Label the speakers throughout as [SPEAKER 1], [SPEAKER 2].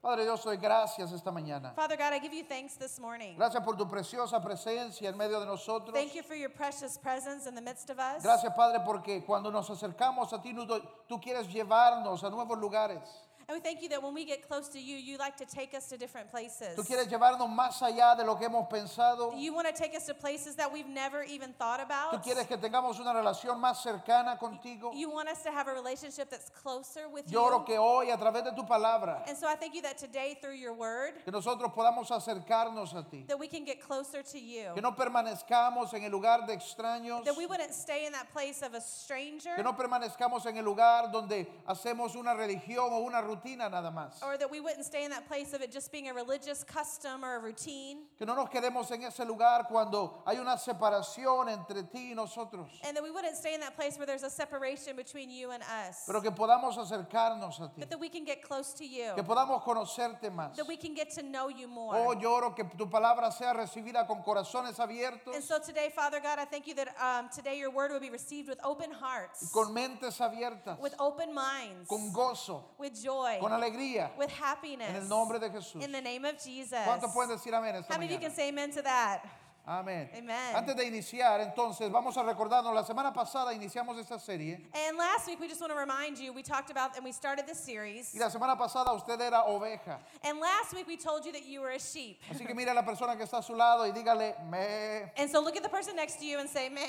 [SPEAKER 1] Padre Dios, doy gracias esta mañana.
[SPEAKER 2] Father God, I give you thanks this morning.
[SPEAKER 1] Gracias por tu preciosa presencia en medio de nosotros.
[SPEAKER 2] Thank you for your precious presence in the midst of us.
[SPEAKER 1] Gracias, Padre, porque cuando nos acercamos a ti, nos do- tú quieres llevarnos a nuevos lugares.
[SPEAKER 2] And we thank you that when we get close to you, you like to take us to different places.
[SPEAKER 1] Tú quieres llevarnos más allá de lo que hemos pensado.
[SPEAKER 2] You want to take us to places that we've never even thought
[SPEAKER 1] Tú
[SPEAKER 2] about.
[SPEAKER 1] quieres que tengamos una relación más cercana contigo.
[SPEAKER 2] You want us to have a relationship that's closer with
[SPEAKER 1] Yo oro
[SPEAKER 2] you.
[SPEAKER 1] que hoy, a través de tu palabra,
[SPEAKER 2] And so I thank you that today, through your word,
[SPEAKER 1] que nosotros podamos acercarnos a ti.
[SPEAKER 2] that we can get closer to you.
[SPEAKER 1] Que no permanezcamos en el lugar de extraños.
[SPEAKER 2] That we wouldn't stay in that place of a stranger
[SPEAKER 1] Que no permanezcamos en el lugar donde hacemos una religión o una rutina nada más.
[SPEAKER 2] or that we wouldn't stay in that place of it just being a religious custom or a routine.
[SPEAKER 1] Que no nos quedemos en ese lugar cuando hay una separación entre ti y nosotros.
[SPEAKER 2] And that we wouldn't stay in that place where there's a separation between you and us.
[SPEAKER 1] Pero que podamos acercarnos a ti.
[SPEAKER 2] But that we can get close to you.
[SPEAKER 1] Que podamos conocerte más.
[SPEAKER 2] That we can get to know you more.
[SPEAKER 1] Oh, yo oro que tu palabra sea recibida con corazones abiertos,
[SPEAKER 2] And so today, Father God, I thank you that um, today your word will be received with open hearts,
[SPEAKER 1] con mentes abiertas,
[SPEAKER 2] with open minds,
[SPEAKER 1] con gozo,
[SPEAKER 2] with joy,
[SPEAKER 1] con alegría.
[SPEAKER 2] with happiness.
[SPEAKER 1] En el nombre de Jesús.
[SPEAKER 2] In the name of Jesus.
[SPEAKER 1] ¿Cuántos pueden decir amén esta
[SPEAKER 2] How many of
[SPEAKER 1] mañana?
[SPEAKER 2] you can say amen to that?
[SPEAKER 1] Amén.
[SPEAKER 2] Amen.
[SPEAKER 1] Antes de iniciar, entonces, vamos a recordarnos, la semana pasada iniciamos esta serie
[SPEAKER 2] And last week, we just want to remind you, we talked about and we started this
[SPEAKER 1] y
[SPEAKER 2] series.
[SPEAKER 1] la semana pasada usted era oveja.
[SPEAKER 2] And last week, we told you that you were a sheep.
[SPEAKER 1] Así que mira a la persona que está a su lado y dígale, me.
[SPEAKER 2] And so look at the person next to you and say, meh.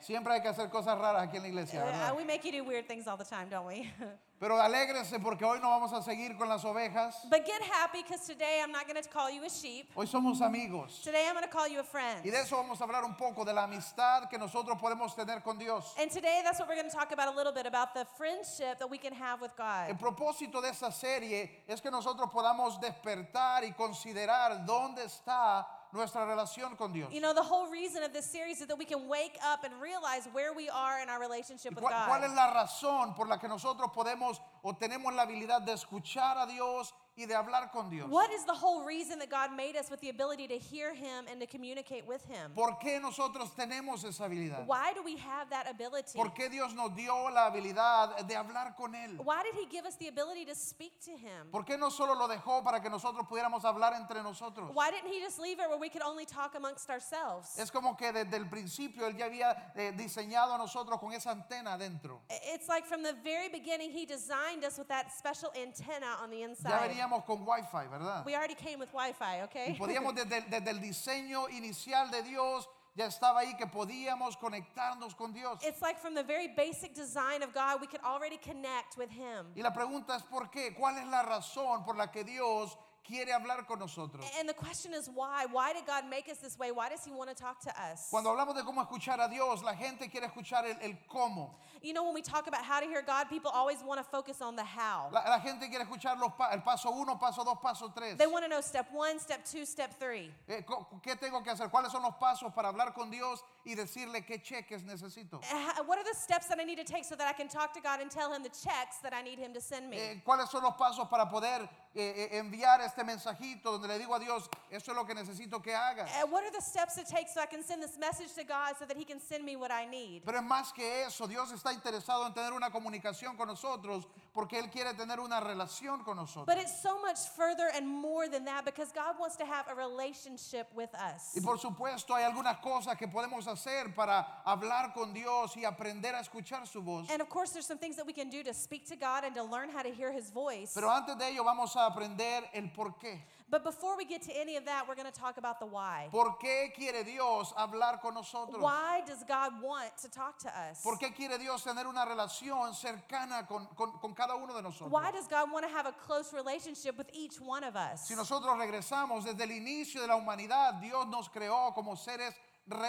[SPEAKER 1] Siempre hay que hacer cosas raras aquí en la iglesia,
[SPEAKER 2] Uh,
[SPEAKER 1] ¿verdad?
[SPEAKER 2] we make you do weird things all the time, don't we?
[SPEAKER 1] Pero alégrese porque hoy no vamos a seguir con las ovejas.
[SPEAKER 2] but get happy because today I'm not going to call you a sheep.
[SPEAKER 1] Hoy somos amigos.
[SPEAKER 2] Today I'm going to call you a friend.
[SPEAKER 1] Y de eso vamos a hablar un poco, de la amistad que nosotros podemos tener con Dios.
[SPEAKER 2] And today, that's what we're going to talk about a little bit about the friendship that we can have with
[SPEAKER 1] El
[SPEAKER 2] God.
[SPEAKER 1] propósito de esta serie es que nosotros podamos despertar y considerar dónde está nuestra relación con Dios.
[SPEAKER 2] You know, the whole reason of this series is that we can wake up and realize where we are in our relationship with
[SPEAKER 1] ¿Cuál, cuál es
[SPEAKER 2] God.
[SPEAKER 1] la razón por la que nosotros podemos o tenemos la habilidad de escuchar a Dios y de hablar con Dios?
[SPEAKER 2] What is the whole reason that God made us with the ability to hear Him and to communicate with Him?
[SPEAKER 1] ¿Por qué nosotros tenemos esa habilidad?
[SPEAKER 2] Why do we have that ability?
[SPEAKER 1] ¿Por qué Dios nos dio la habilidad de hablar con Él?
[SPEAKER 2] Why did He give us the ability to speak to Him?
[SPEAKER 1] ¿Por qué no solo lo dejó para que nosotros pudiéramos hablar entre nosotros?
[SPEAKER 2] Why didn't He just leave it where we could only talk amongst ourselves?
[SPEAKER 1] Es como que desde el principio Él ya había eh, diseñado a nosotros con esa antena adentro.
[SPEAKER 2] It's like from the very beginning, He designed us with that special antenna on the
[SPEAKER 1] Ya
[SPEAKER 2] inside.
[SPEAKER 1] veníamos con Wi-Fi, ¿verdad?
[SPEAKER 2] We already came with Wi Fi, okay?
[SPEAKER 1] Podíamos desde, el- desde el diseño inicial de Dios, ya estaba ahí que podíamos conectarnos con Dios.
[SPEAKER 2] It's like from the very basic design of God, we could already connect with Him.
[SPEAKER 1] Y la pregunta es ¿por qué? ¿Cuál es la razón por la que Dios quiere hablar con nosotros?
[SPEAKER 2] And the question is why? Why did God make us this way? Why does He want to talk to us?
[SPEAKER 1] Cuando hablamos de cómo escuchar a Dios, la gente quiere escuchar el, el cómo.
[SPEAKER 2] You know, when we talk about how to hear God, people always want to focus on the how.
[SPEAKER 1] La, la gente quiere escuchar los pa- el paso uno, paso dos, paso tres.
[SPEAKER 2] They want to know step one, step two, step three.
[SPEAKER 1] Eh, co- ¿Qué tengo que hacer? ¿Cuáles son los pasos para hablar con Dios y decirle qué cheques necesito?
[SPEAKER 2] Uh, What are the steps that I need to take so that I can talk to God and tell Him the checks that I need Him to send me?
[SPEAKER 1] Eh, ¿Cuáles son los pasos para poder eh, eh, enviar este mensajito donde le digo a Dios, eso es lo que necesito que hagas?
[SPEAKER 2] Uh, What are the steps to take so I can send this message to God so that He can send me what I need?
[SPEAKER 1] Pero es más que eso, Dios está interesado en tener una comunicación con nosotros porque Él quiere tener una relación con nosotros.
[SPEAKER 2] But it's so much further and more than that because God wants to have a relationship with us.
[SPEAKER 1] Y por supuesto hay algunas cosas que podemos hacer para hablar con Dios y aprender a escuchar su voz.
[SPEAKER 2] And of course, there's some things that we can do to speak to God and to learn how to hear His voice.
[SPEAKER 1] Pero antes de ello vamos a aprender el por qué.
[SPEAKER 2] But before we get to any of that, we're going to talk about the why.
[SPEAKER 1] ¿Por qué quiere Dios hablar con nosotros?
[SPEAKER 2] Why does God want to talk to us?
[SPEAKER 1] ¿Por qué quiere Dios tener una relación cercana con, con- con cada uno de nosotros?
[SPEAKER 2] Why does God want to have a close relationship with each one of us?
[SPEAKER 1] Si nosotros regresamos desde el inicio de la humanidad, Dios nos creó como seres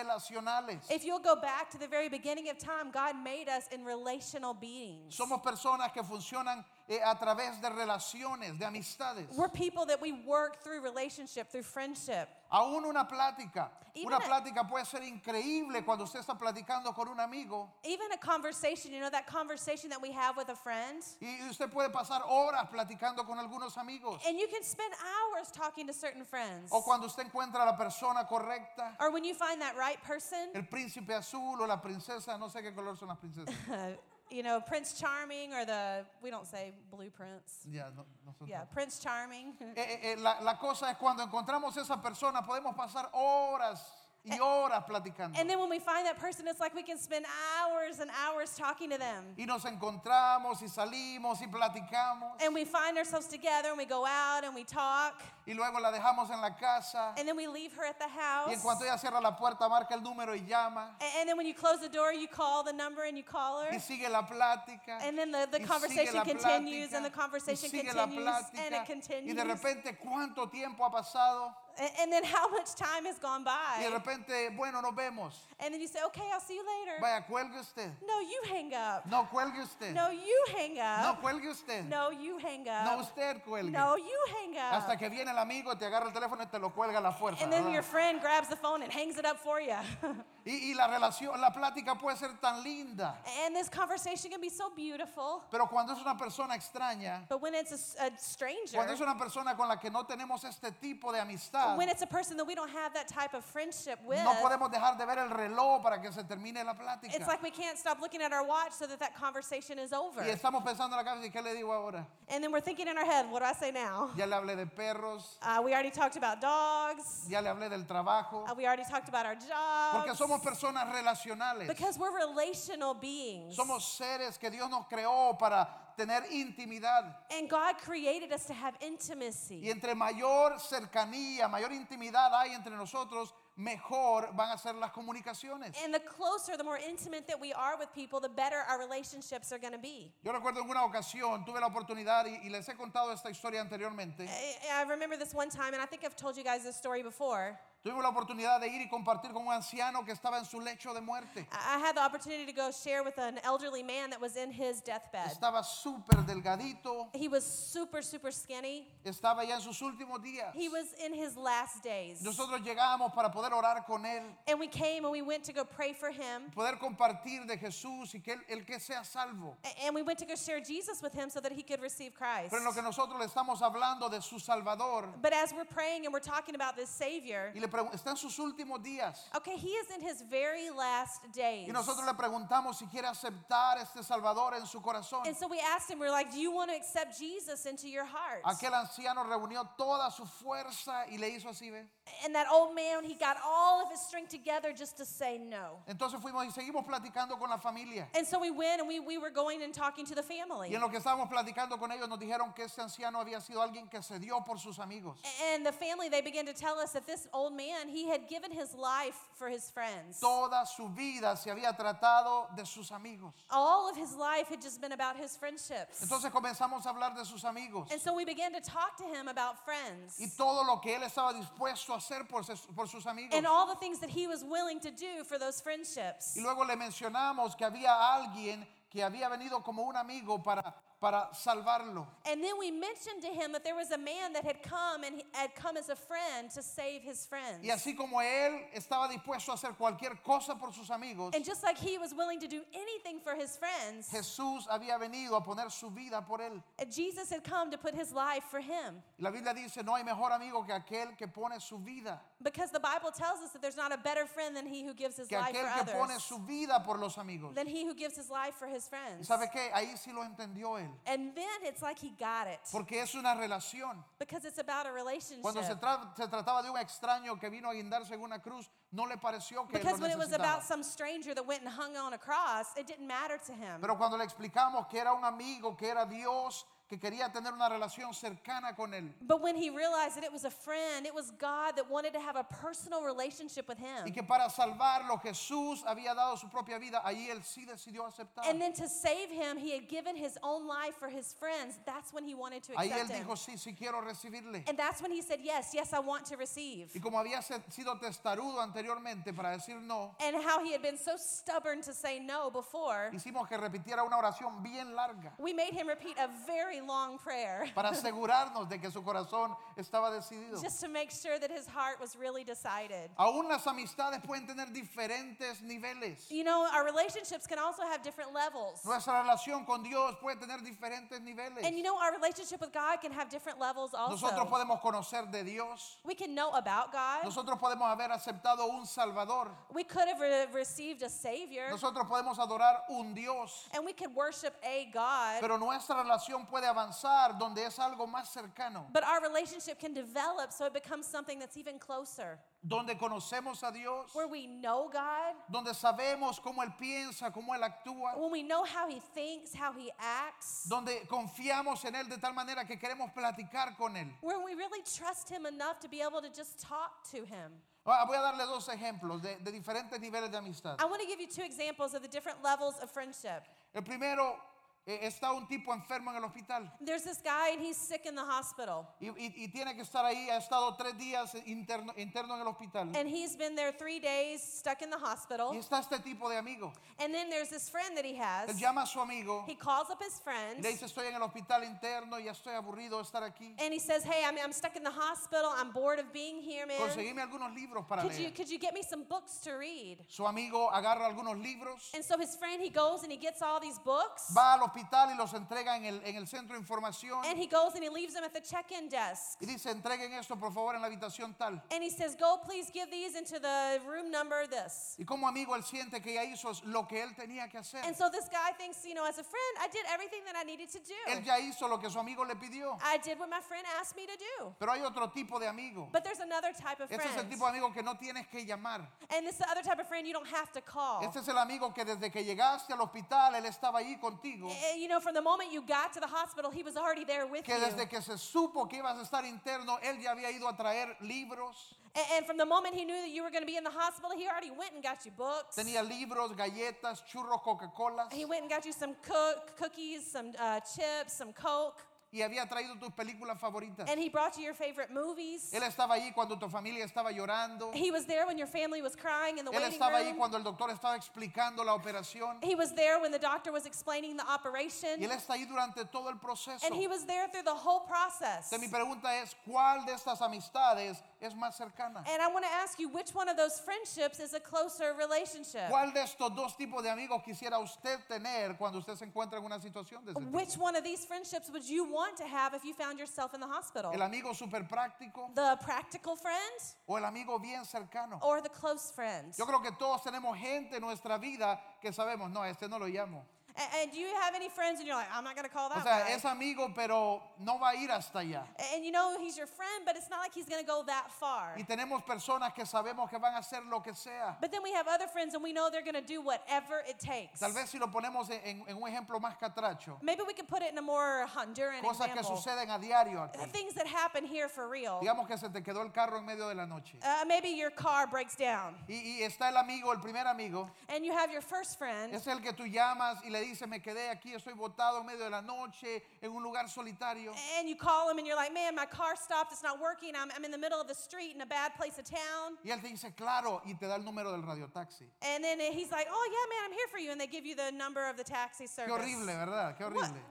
[SPEAKER 1] relacionales.
[SPEAKER 2] If you'll go back to the very beginning of time, God made us in relational beings.
[SPEAKER 1] Somos personas que funcionan eh, a través de relaciones, de amistades.
[SPEAKER 2] We're people that we work through relationship, through friendship.
[SPEAKER 1] Aún una plática.
[SPEAKER 2] Even
[SPEAKER 1] Una
[SPEAKER 2] a-
[SPEAKER 1] plática puede ser increíble cuando usted está platicando con un amigo
[SPEAKER 2] Even a conversation, you know, that conversation that we have with a friend.
[SPEAKER 1] y y usted puede pasar horas platicando con algunos amigos.
[SPEAKER 2] And you can spend hours talking to certain friends.
[SPEAKER 1] O cuando usted encuentra a la persona correcta,
[SPEAKER 2] Or when you find that right person,
[SPEAKER 1] el príncipe azul o la princesa, no sé qué color son las princesas.
[SPEAKER 2] you know, Prince Charming or the, we don't say blueprints.
[SPEAKER 1] Ya, no- nosotros-
[SPEAKER 2] Yeah, Prince Charming.
[SPEAKER 1] Eh, eh, eh, la, la cosa es cuando encontramos esa persona podemos pasar horas y horas platicando.
[SPEAKER 2] and then when we find that person, it's like we can spend hours and hours talking to them.
[SPEAKER 1] Y nos encontramos y salimos y platicamos.
[SPEAKER 2] And we find ourselves together and we go out and we talk.
[SPEAKER 1] Y luego la dejamos en la casa.
[SPEAKER 2] And then we leave her at the
[SPEAKER 1] Y en
[SPEAKER 2] house.
[SPEAKER 1] cuanto ella cierra la puerta, marca el número y llama.
[SPEAKER 2] A- And then when you close the door, you call the number and you call her.
[SPEAKER 1] Y sigue la plática.
[SPEAKER 2] And then the- the
[SPEAKER 1] y sigue
[SPEAKER 2] conversation
[SPEAKER 1] la
[SPEAKER 2] continues,
[SPEAKER 1] plática,
[SPEAKER 2] and the conversation
[SPEAKER 1] y sigue la
[SPEAKER 2] continues, and
[SPEAKER 1] plática,
[SPEAKER 2] it continues.
[SPEAKER 1] Y de repente, ¿cuánto tiempo ha pasado?
[SPEAKER 2] A- And then how much time has gone
[SPEAKER 1] Y de
[SPEAKER 2] by?
[SPEAKER 1] repente, bueno, nos vemos.
[SPEAKER 2] And then you say, okay, I'll see you later.
[SPEAKER 1] Vaya, cuelgue usted.
[SPEAKER 2] No, you hang up.
[SPEAKER 1] No cuelgue usted.
[SPEAKER 2] No, you hang
[SPEAKER 1] No
[SPEAKER 2] up.
[SPEAKER 1] cuelgue usted.
[SPEAKER 2] No, you hang
[SPEAKER 1] No
[SPEAKER 2] up.
[SPEAKER 1] usted cuelgue.
[SPEAKER 2] No, you hang
[SPEAKER 1] Hasta
[SPEAKER 2] up.
[SPEAKER 1] que viene el amigo, te agarra el teléfono y te lo cuelga a la fuerza.
[SPEAKER 2] And then
[SPEAKER 1] ¿verdad?
[SPEAKER 2] your friend grabs the phone and hangs it up for you.
[SPEAKER 1] Y, y la relación, la plática puede ser tan linda.
[SPEAKER 2] and this conversation can be so beautiful.
[SPEAKER 1] Pero cuando es una persona extraña,
[SPEAKER 2] But when it's a s- a,
[SPEAKER 1] cuando es
[SPEAKER 2] stranger,
[SPEAKER 1] una persona con la que no tenemos este tipo de amistad,
[SPEAKER 2] when it's a person that we don't have that type of friendship with,
[SPEAKER 1] no podemos dejar de ver el reloj para que se termine la plática.
[SPEAKER 2] it's like we can't stop looking at our watch so that that conversation is over.
[SPEAKER 1] Y estamos pensando en la cabeza, ¿y qué le digo ahora?
[SPEAKER 2] And then we're thinking in our head, what do I say now?
[SPEAKER 1] Ya le hablé de perros,
[SPEAKER 2] Uh, we already talked about dogs.
[SPEAKER 1] ya le hablé del trabajo,
[SPEAKER 2] Uh, we already talked about our
[SPEAKER 1] porque
[SPEAKER 2] jobs.
[SPEAKER 1] somos personas relacionales.
[SPEAKER 2] because we're relational beings.
[SPEAKER 1] Somos seres que Dios nos creó para tener intimidad.
[SPEAKER 2] and God created us to have intimacy.
[SPEAKER 1] Y entre mayor cercanía, mayor intimidad hay entre nosotros, mejor van a ser las comunicaciones.
[SPEAKER 2] And the closer, the more intimate that we are with people, the better our relationships are going to be.
[SPEAKER 1] Yo recuerdo en una ocasión, tuve la oportunidad y, y les he contado esta historia anteriormente.
[SPEAKER 2] I, I remember this one time, and I think I've told you guys this story before.
[SPEAKER 1] Tuvimos la oportunidad de ir y compartir con un anciano que estaba en su lecho de muerte.
[SPEAKER 2] I I had the opportunity to go share with an elderly man that was in his deathbed.
[SPEAKER 1] Estaba súper delgadito,
[SPEAKER 2] He was super, super skinny.
[SPEAKER 1] estaba ya en sus últimos días.
[SPEAKER 2] He was in his last days.
[SPEAKER 1] Nosotros llegamos para poder orar con él,
[SPEAKER 2] And we came and we went to go pray for him.
[SPEAKER 1] poder compartir de Jesús y que él, el que sea salvo.
[SPEAKER 2] A- And we went to go share Jesus with him so that he could receive Christ.
[SPEAKER 1] Pero en lo que nosotros le estamos hablando de su Salvador
[SPEAKER 2] But as we're praying and we're talking about this Savior,
[SPEAKER 1] y le pregun- está en sus últimos días
[SPEAKER 2] okay, he is in his very last days.
[SPEAKER 1] y nosotros le preguntamos si quiere aceptar este Salvador en su corazón.
[SPEAKER 2] And so we asked him, we we're like, do you want to accept Jesus into your heart?
[SPEAKER 1] Aquel anciano reunió toda su fuerza y le hizo así, ¿ve?
[SPEAKER 2] And that old man, he got all of his strength together just to say no.
[SPEAKER 1] Entonces fuimos y seguimos platicando con la familia.
[SPEAKER 2] And so we went and we, we were going and talking to the family.
[SPEAKER 1] Y en lo que estábamos platicando con ellos nos dijeron que este anciano había sido alguien que se dio por sus amigos.
[SPEAKER 2] And the family, they began to tell us that this old man, he had given his life for his friends.
[SPEAKER 1] Toda su vida se había tratado de sus amigos.
[SPEAKER 2] All of his life had just been about his friendships.
[SPEAKER 1] Entonces comenzamos a hablar de sus amigos
[SPEAKER 2] And so we began to talk to him about friends
[SPEAKER 1] y todo lo que él estaba dispuesto a hacer por, ses- por sus amigos.
[SPEAKER 2] and all the things that he was willing to do for those friendships.
[SPEAKER 1] Y luego le mencionamos que había alguien que había venido como un amigo para, para salvarlo.
[SPEAKER 2] And then we mentioned to him that there was a man that had come and he had come as a friend to save his friends.
[SPEAKER 1] Y así como él estaba dispuesto a hacer cualquier cosa por sus amigos,
[SPEAKER 2] And just like he was willing to do anything for his friends,
[SPEAKER 1] Jesús había venido a poner su vida por él.
[SPEAKER 2] uh, Jesus had come to put his life for him.
[SPEAKER 1] Y la Biblia dice, no hay mejor amigo que aquel que pone su vida,
[SPEAKER 2] Because the Bible tells us that there's not a better friend than he who gives his
[SPEAKER 1] que
[SPEAKER 2] life for
[SPEAKER 1] aquel que pone
[SPEAKER 2] others,
[SPEAKER 1] su vida por los amigos.
[SPEAKER 2] than he who gives his life for his
[SPEAKER 1] ¿Y
[SPEAKER 2] friends.
[SPEAKER 1] sabe qué? Ahí sí lo entendió él,
[SPEAKER 2] And then it's like he got it
[SPEAKER 1] porque es una relación.
[SPEAKER 2] because it's about a
[SPEAKER 1] Cuando se,
[SPEAKER 2] relationship.
[SPEAKER 1] tra- se trataba de un extraño que vino a guindarse en una cruz, no le pareció que
[SPEAKER 2] Because
[SPEAKER 1] lo
[SPEAKER 2] when it was
[SPEAKER 1] necesitaba.
[SPEAKER 2] about some stranger that went and hung on a cross, it didn't matter to him.
[SPEAKER 1] Pero cuando le explicamos que era un amigo, que era Dios, que quería tener una relación cercana con él
[SPEAKER 2] But when he realized that it was a friend, it was God that wanted to have a personal relationship with
[SPEAKER 1] y
[SPEAKER 2] him.
[SPEAKER 1] que para salvarlo Jesús había dado su propia vida, ahí él sí decidió aceptar.
[SPEAKER 2] And then to save him, he had given his own life for his friends. That's when he wanted to
[SPEAKER 1] Ahí él
[SPEAKER 2] accept him.
[SPEAKER 1] dijo, sí, sí quiero recibirle.
[SPEAKER 2] And that's when he said, Yes, yes, I want to receive.
[SPEAKER 1] Y como había se- sido testarudo anteriormente para decir no,
[SPEAKER 2] And how he had been so stubborn to say no before,
[SPEAKER 1] hicimos que repitiera una oración bien larga.
[SPEAKER 2] we made him repeat a very very long prayer
[SPEAKER 1] para asegurarnos de que su corazón estaba decidido.
[SPEAKER 2] just to make sure that his heart was really decided.
[SPEAKER 1] Aún las amistades pueden tener diferentes niveles.
[SPEAKER 2] You know, our relationships can also have different levels.
[SPEAKER 1] Nuestra relación con Dios puede tener diferentes niveles.
[SPEAKER 2] And you know, our relationship with God can have different levels
[SPEAKER 1] Nosotros
[SPEAKER 2] also.
[SPEAKER 1] podemos conocer de Dios.
[SPEAKER 2] We can know about God.
[SPEAKER 1] Nosotros podemos haber aceptado un Salvador.
[SPEAKER 2] We could have re- received a Savior.
[SPEAKER 1] Nosotros podemos adorar un Dios.
[SPEAKER 2] And we could worship a God.
[SPEAKER 1] Pero nuestra relación puede avanzar donde es algo más cercano.
[SPEAKER 2] But our relationship can develop so it becomes something that's even closer,
[SPEAKER 1] Donde conocemos a Dios.
[SPEAKER 2] where we know God,
[SPEAKER 1] Donde sabemos cómo Él piensa, cómo Él actúa.
[SPEAKER 2] when we know how He thinks, how He acts,
[SPEAKER 1] Donde confiamos en Él de tal manera que queremos platicar con Él.
[SPEAKER 2] where we really trust Him enough to be able to just talk to Him.
[SPEAKER 1] Ah, Voy a darle dos ejemplos de, de diferentes niveles de amistad.
[SPEAKER 2] I want to give you two examples of the different levels of friendship.
[SPEAKER 1] El primero, eh, está un tipo enfermo en el hospital.
[SPEAKER 2] There's this guy, and he's sick in the hospital.
[SPEAKER 1] Y, y- y tiene que estar ahí, ha estado tres días interno, interno en el hospital.
[SPEAKER 2] And he's been there three days, stuck in the
[SPEAKER 1] Y
[SPEAKER 2] hospital.
[SPEAKER 1] está este tipo de amigo.
[SPEAKER 2] And then there's this friend that he
[SPEAKER 1] Él
[SPEAKER 2] has.
[SPEAKER 1] llama a su amigo
[SPEAKER 2] He calls up his
[SPEAKER 1] y
[SPEAKER 2] friend
[SPEAKER 1] le dice, estoy en el hospital interno, ya estoy aburrido de estar aquí.
[SPEAKER 2] and he says, Hey, I'm, I'm stuck in the hospital. I'm bored of being here, man.
[SPEAKER 1] Conseguime algunos libros para
[SPEAKER 2] Could you,
[SPEAKER 1] leer.
[SPEAKER 2] could you get me some books to read?
[SPEAKER 1] Su amigo agarra algunos libros,
[SPEAKER 2] And so his friend, he goes and he gets all these books
[SPEAKER 1] va al hospital y los entrega en el, en el centro de información.
[SPEAKER 2] and he goes and he leaves them at the check in desk.
[SPEAKER 1] Y dice, entreguen esto por favor en la habitación tal.
[SPEAKER 2] And he says, Go, please give these into the room number this.
[SPEAKER 1] Y como amigo, él siente que ya hizo lo que él tenía que hacer.
[SPEAKER 2] And so this guy thinks, you know, as a friend, I did everything that I needed to
[SPEAKER 1] Él
[SPEAKER 2] do.
[SPEAKER 1] ya hizo lo que su amigo le pidió.
[SPEAKER 2] I did what my friend asked me to do.
[SPEAKER 1] Pero hay otro tipo de amigo.
[SPEAKER 2] But there's another type of
[SPEAKER 1] Este es el
[SPEAKER 2] friend.
[SPEAKER 1] tipo de amigo que no tienes que llamar.
[SPEAKER 2] And this is the other type of friend you don't have to call.
[SPEAKER 1] Este es el amigo que desde que llegaste al hospital, él estaba ahí contigo.
[SPEAKER 2] Eh, You know, from the moment you got to the hospital, he was already there with you.
[SPEAKER 1] Que desde que se supo que ibas a estar interno, él ya había ido a traer libros.
[SPEAKER 2] A- And from the moment he knew that you were going to be in the hospital, he already went and got you books.
[SPEAKER 1] Tenía libros, galletas, churros, Coca-Colas.
[SPEAKER 2] He went and got you some cook, cookies, some uh, chips, some Coke,
[SPEAKER 1] Y había traído tus películas favoritas.
[SPEAKER 2] and he brought you your favorite movies.
[SPEAKER 1] Él estaba ahí cuando tu familia estaba llorando.
[SPEAKER 2] He was there when your family was crying in the
[SPEAKER 1] Él
[SPEAKER 2] waiting
[SPEAKER 1] estaba ahí
[SPEAKER 2] room.
[SPEAKER 1] cuando el doctor estaba explicando la operación.
[SPEAKER 2] He was there when the doctor was explaining the
[SPEAKER 1] Y
[SPEAKER 2] operation,
[SPEAKER 1] él está ahí durante todo el proceso.
[SPEAKER 2] and he was there through the whole process.
[SPEAKER 1] Entonces, mi pregunta es, ¿cuál de estas amistades es más cercana?
[SPEAKER 2] And I want to ask you, which one of those friendships is a closer relationship?
[SPEAKER 1] ¿Cuál de estos dos tipos de amigos quisiera usted tener cuando usted se encuentra en una situación de ese tipo?
[SPEAKER 2] Which one of these friendships would you want to have if you found yourself in the hospital?
[SPEAKER 1] ¿El amigo súper práctico
[SPEAKER 2] The practical friend
[SPEAKER 1] o el amigo bien cercano?
[SPEAKER 2] or the close friend?
[SPEAKER 1] Yo creo que todos tenemos gente en nuestra vida que sabemos, no, a este no lo llamo.
[SPEAKER 2] A- And do you have any friends and you're like, I'm not going to call that
[SPEAKER 1] O sea,
[SPEAKER 2] guy.
[SPEAKER 1] es amigo, pero no va a ir hasta allá.
[SPEAKER 2] And you know he's your friend, but it's not like he's going to go that far.
[SPEAKER 1] Y tenemos personas que sabemos que van a hacer lo que sea.
[SPEAKER 2] But then we have other friends, and we know they're going to do whatever it takes.
[SPEAKER 1] Tal vez si lo ponemos en, en un ejemplo más catracho,
[SPEAKER 2] Maybe we can put it in a more Honduran
[SPEAKER 1] cosas que
[SPEAKER 2] example.
[SPEAKER 1] suceden a diario aquí.
[SPEAKER 2] Uh, Things that happen here for real.
[SPEAKER 1] Digamos que se te quedó el carro en medio de la noche.
[SPEAKER 2] Uh, maybe your car breaks down,
[SPEAKER 1] Y, y está el amigo, el primer amigo,
[SPEAKER 2] and you have your first friend,
[SPEAKER 1] es el que tú llamas y le dices, me quedé aquí, estoy botado en medio de la noche, en un lugar solitario.
[SPEAKER 2] and you call him, and you're like, "Man, my car stopped. It's not working. I'm, I'm in the middle of the street in a bad place of town."
[SPEAKER 1] Y él te dice, claro, y te da el número del radiotaxi.
[SPEAKER 2] And then he's like, "Oh yeah, man, I'm here for you," and they give you the number of the taxi
[SPEAKER 1] Qué
[SPEAKER 2] service.
[SPEAKER 1] horrible, ¿verdad? Qué
[SPEAKER 2] What?
[SPEAKER 1] horrible.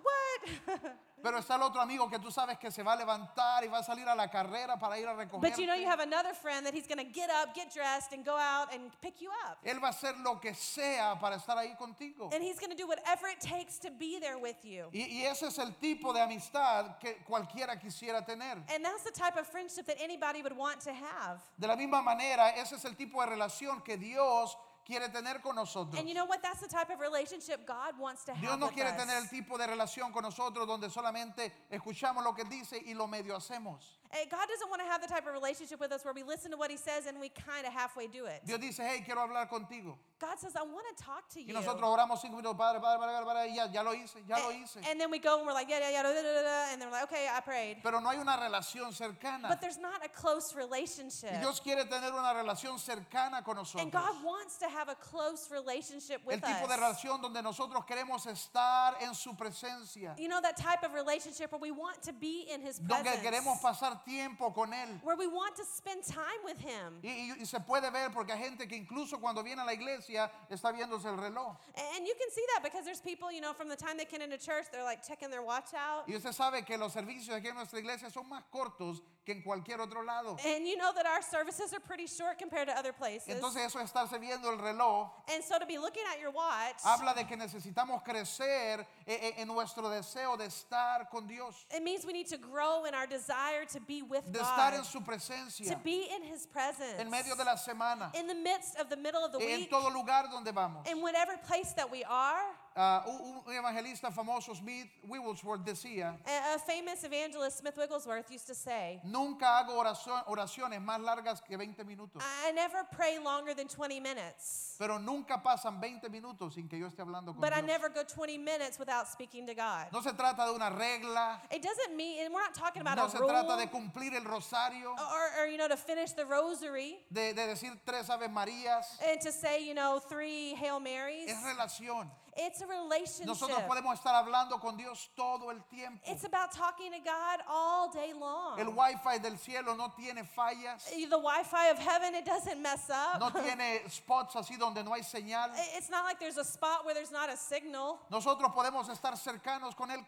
[SPEAKER 2] what?
[SPEAKER 1] Pero está el otro amigo que tú sabes que se va a levantar y va a salir a la carrera para ir a recoger.
[SPEAKER 2] But you know, you have another friend that he's going to get up, get dressed, and go out and pick you up.
[SPEAKER 1] Él va a hacer lo que sea para estar ahí contigo.
[SPEAKER 2] And he's going to do whatever it takes to be there with you.
[SPEAKER 1] Y, y ese es el tipo de amistad que cualquiera quisiera tener.
[SPEAKER 2] And that's the type of friendship that anybody would want to have.
[SPEAKER 1] De la misma manera, ese es el tipo de relación que Dios quiere tener con nosotros.
[SPEAKER 2] And you know what? That's the type of relationship God wants to
[SPEAKER 1] Dios
[SPEAKER 2] have.
[SPEAKER 1] no
[SPEAKER 2] with
[SPEAKER 1] quiere tener
[SPEAKER 2] us.
[SPEAKER 1] el tipo de relación con nosotros donde solamente escuchamos lo que dice y lo medio hacemos.
[SPEAKER 2] Eh, God doesn't want to have the type of relationship with us where we listen to what he says and we kind of halfway do it.
[SPEAKER 1] Dios dice, hey, quiero hablar contigo.
[SPEAKER 2] God says, I want to talk to
[SPEAKER 1] Y
[SPEAKER 2] you.
[SPEAKER 1] nosotros oramos cinco minutos, Padre, Padre, Padre, Padre, y ya, ya lo hice, ya lo
[SPEAKER 2] A-
[SPEAKER 1] hice.
[SPEAKER 2] Eh, And then we go and we're like, yeah, yeah, yeah, da, da, da, da, and they're like, okay, I prayed.
[SPEAKER 1] Pero no hay una relación cercana.
[SPEAKER 2] But there's not a close relationship.
[SPEAKER 1] Y Dios quiere tener una relación cercana con
[SPEAKER 2] And God
[SPEAKER 1] nosotros.
[SPEAKER 2] wants to have a close relationship with
[SPEAKER 1] El tipo de
[SPEAKER 2] us.
[SPEAKER 1] relación donde nosotros queremos estar en su presencia.
[SPEAKER 2] You know that type of relationship where we want to be in his
[SPEAKER 1] Donde
[SPEAKER 2] presence.
[SPEAKER 1] queremos pasar pasar tiempo con Él.
[SPEAKER 2] where we want to spend time with Him.
[SPEAKER 1] Y, y- y se puede ver porque hay gente que incluso cuando viene a la iglesia está viéndose el reloj.
[SPEAKER 2] And you can see that because there's people, you know, from the time they get into church, they're like checking their watch out.
[SPEAKER 1] Y usted sabe que los servicios aquí en nuestra iglesia son más cortos que en cualquier otro lado.
[SPEAKER 2] And you know that our services are pretty short compared to other places.
[SPEAKER 1] Entonces eso de estarse viendo el reloj
[SPEAKER 2] and so to be looking at your watch,
[SPEAKER 1] habla de que necesitamos crecer e- e- en nuestro deseo de estar con Dios,
[SPEAKER 2] it means we need to grow in our desire to be with
[SPEAKER 1] de estar
[SPEAKER 2] God,
[SPEAKER 1] en su
[SPEAKER 2] to
[SPEAKER 1] presencia
[SPEAKER 2] be in His presence,
[SPEAKER 1] en medio de la semana,
[SPEAKER 2] in the midst of the middle of the
[SPEAKER 1] en
[SPEAKER 2] week,
[SPEAKER 1] todo lugar donde vamos.
[SPEAKER 2] in whatever place that we are.
[SPEAKER 1] Ah, un, un evangelista famoso, Smith Wigglesworth, decía,
[SPEAKER 2] A, a famous evangelist, Smith Wigglesworth, used to say,
[SPEAKER 1] nunca hago orazo- oraciones más largas que 20 minutos,
[SPEAKER 2] I never pray longer than 20 minutes,
[SPEAKER 1] pero nunca pasan 20 minutos sin que yo esté hablando con
[SPEAKER 2] but I
[SPEAKER 1] Dios.
[SPEAKER 2] never go 20 minutes without speaking to God.
[SPEAKER 1] No se trata de una regla,
[SPEAKER 2] It doesn't mean, and we're not talking about
[SPEAKER 1] no
[SPEAKER 2] a
[SPEAKER 1] se
[SPEAKER 2] rule
[SPEAKER 1] trata de cumplir el rosario,
[SPEAKER 2] or, or, you know, to finish the rosary
[SPEAKER 1] de, de decir tres Ave Marías,
[SPEAKER 2] and to say, you know, three Hail Marys.
[SPEAKER 1] es relación.
[SPEAKER 2] It's a relationship.
[SPEAKER 1] Nosotros podemos estar hablando con Dios todo el tiempo.
[SPEAKER 2] It's about talking to God all day long. Eh,
[SPEAKER 1] El wifi del cielo no tiene fallas,
[SPEAKER 2] the Wi-Fi of heaven, it doesn't mess up.
[SPEAKER 1] no tiene spots así donde no hay señal.
[SPEAKER 2] It- it's not like there's a spot where there's not a signal.
[SPEAKER 1] Nosotros podemos estar cercanos con Él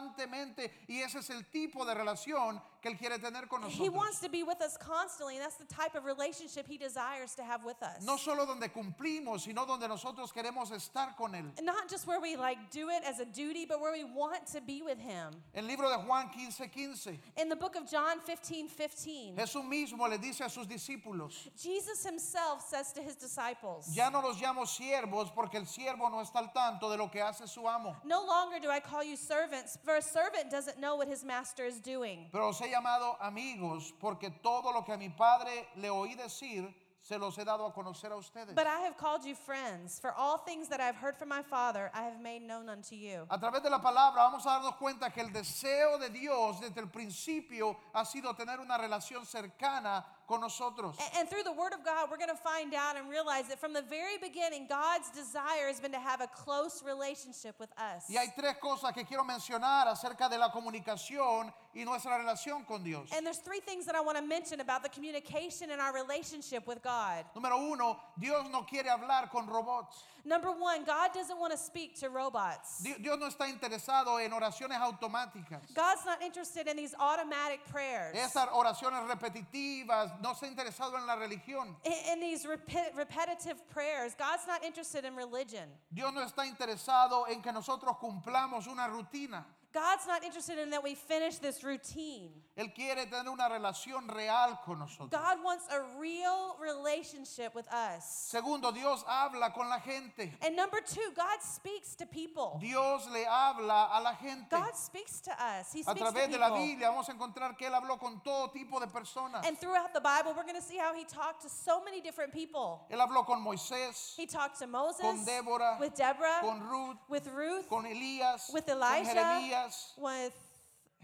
[SPEAKER 1] constantemente y ese es el tipo de relación que Él quiere tener con
[SPEAKER 2] He
[SPEAKER 1] nosotros.
[SPEAKER 2] wants to be with us constantly, and that's the type of relationship he desires to have with us.
[SPEAKER 1] No solo donde cumplimos, sino donde nosotros queremos estar con Él.
[SPEAKER 2] Not just where we like do it as a duty, but where we want to be with him.
[SPEAKER 1] El libro de Juan 15:15,
[SPEAKER 2] In the book of John 15, 15.
[SPEAKER 1] Jesús mismo le dice a sus discípulos,
[SPEAKER 2] Jesus himself says to his disciples,
[SPEAKER 1] ya no los llamo siervos porque el siervo no está al tanto de lo que hace su amo,
[SPEAKER 2] No longer do I call you servants, for a servant doesn't know what his master is doing.
[SPEAKER 1] pero os he llamado amigos porque todo lo que a mi Padre le oí decir, se los he dado a conocer a ustedes.
[SPEAKER 2] But I have called you friends, for all things that I have heard from my Father I have made known unto you.
[SPEAKER 1] A través de la palabra vamos a darnos cuenta que el deseo de Dios desde el principio ha sido tener una relación cercana con nosotros.
[SPEAKER 2] A- And through the Word of God, we're going to find out and realize that from the very beginning, God's desire has been to have a close relationship with us.
[SPEAKER 1] Y hay tres cosas que quiero mencionar acerca de la comunicación y nuestra relación con Dios.
[SPEAKER 2] And there's three things that I want to mention about the communication and our relationship with God.
[SPEAKER 1] Número uno, Dios no quiere hablar con robots.
[SPEAKER 2] Number one, God doesn't want to speak to robots.
[SPEAKER 1] Di- Dios no está interesado en oraciones automáticas.
[SPEAKER 2] God's not interested in these automatic prayers.
[SPEAKER 1] Esas oraciones repetitivas, no está interesado en la religión.
[SPEAKER 2] In, in these repe- repetitive prayers, God's not interested in religion.
[SPEAKER 1] Dios no está interesado en que nosotros cumplamos una rutina.
[SPEAKER 2] God's not interested in that we finish this routine.
[SPEAKER 1] Él quiere tener una relación real con nosotros.
[SPEAKER 2] God wants a real relationship with us.
[SPEAKER 1] Segundo, Dios habla con la gente.
[SPEAKER 2] And number two, God speaks to people.
[SPEAKER 1] Dios le habla a la gente.
[SPEAKER 2] God speaks to us. He
[SPEAKER 1] A
[SPEAKER 2] speaks to
[SPEAKER 1] través de la
[SPEAKER 2] people.
[SPEAKER 1] Biblia vamos a encontrar que Él habló con todo tipo de personas.
[SPEAKER 2] And throughout the Bible, we're going to see how he talked to so many different people.
[SPEAKER 1] Él habló con Moisés,
[SPEAKER 2] He talked to Moses,
[SPEAKER 1] Con Deborah,
[SPEAKER 2] with Deborah,
[SPEAKER 1] con Ruth,
[SPEAKER 2] with Ruth,
[SPEAKER 1] con Elías,
[SPEAKER 2] with
[SPEAKER 1] con
[SPEAKER 2] Elijah,
[SPEAKER 1] Jeremías,
[SPEAKER 2] with,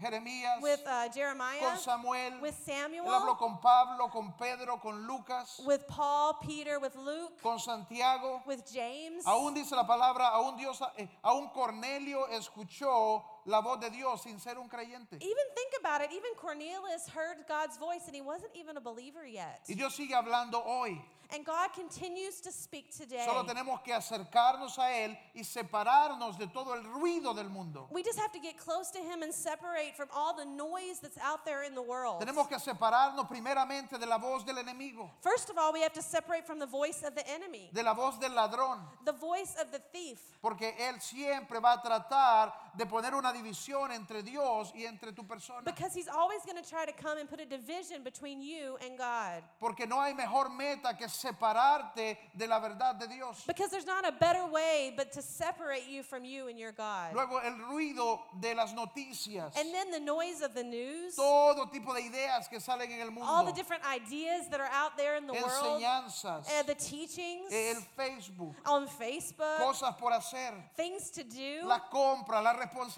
[SPEAKER 1] Jeremías,
[SPEAKER 2] with uh, Jeremiah,
[SPEAKER 1] con Samuel.
[SPEAKER 2] with
[SPEAKER 1] Él habló
[SPEAKER 2] Samuel,
[SPEAKER 1] con Pablo, con Pedro, con Lucas,
[SPEAKER 2] with Paul, Peter, with Luke,
[SPEAKER 1] con Santiago.
[SPEAKER 2] with James.
[SPEAKER 1] Aún dice la palabra, aún Dios, eh, aún Cornelio escuchó la voz de Dios sin ser un creyente.
[SPEAKER 2] Even think about it, even Cornelius heard God's voice and he wasn't even a believer yet.
[SPEAKER 1] Y Dios sigue hablando hoy.
[SPEAKER 2] And God continues to speak today.
[SPEAKER 1] Solo tenemos que acercarnos a Él y separarnos de todo el ruido del mundo.
[SPEAKER 2] We just have to get close to him and separate from all the noise that's out there in the world.
[SPEAKER 1] Tenemos que separarnos primeramente de la voz del enemigo,
[SPEAKER 2] First of all, we have to separate from the voice of the enemy,
[SPEAKER 1] de la voz del ladrón,
[SPEAKER 2] the voice of the thief.
[SPEAKER 1] porque Él siempre va a tratar de poner una división entre Dios y entre tu persona.
[SPEAKER 2] Because he's always going to try to come and put a division between you and God.
[SPEAKER 1] Porque no hay mejor meta que separarte de la verdad de Dios.
[SPEAKER 2] Because there's not a better way but to separate you from you and your God.
[SPEAKER 1] Luego el ruido de las noticias,
[SPEAKER 2] And then the noise of the news,
[SPEAKER 1] todo tipo de ideas que salen en el
[SPEAKER 2] all the
[SPEAKER 1] mundo,
[SPEAKER 2] different ideas that are out there in the world,
[SPEAKER 1] enseñanzas, Eh,
[SPEAKER 2] uh, the teachings
[SPEAKER 1] el Facebook,
[SPEAKER 2] on Facebook,
[SPEAKER 1] cosas por hacer.
[SPEAKER 2] things to do,
[SPEAKER 1] las compras, las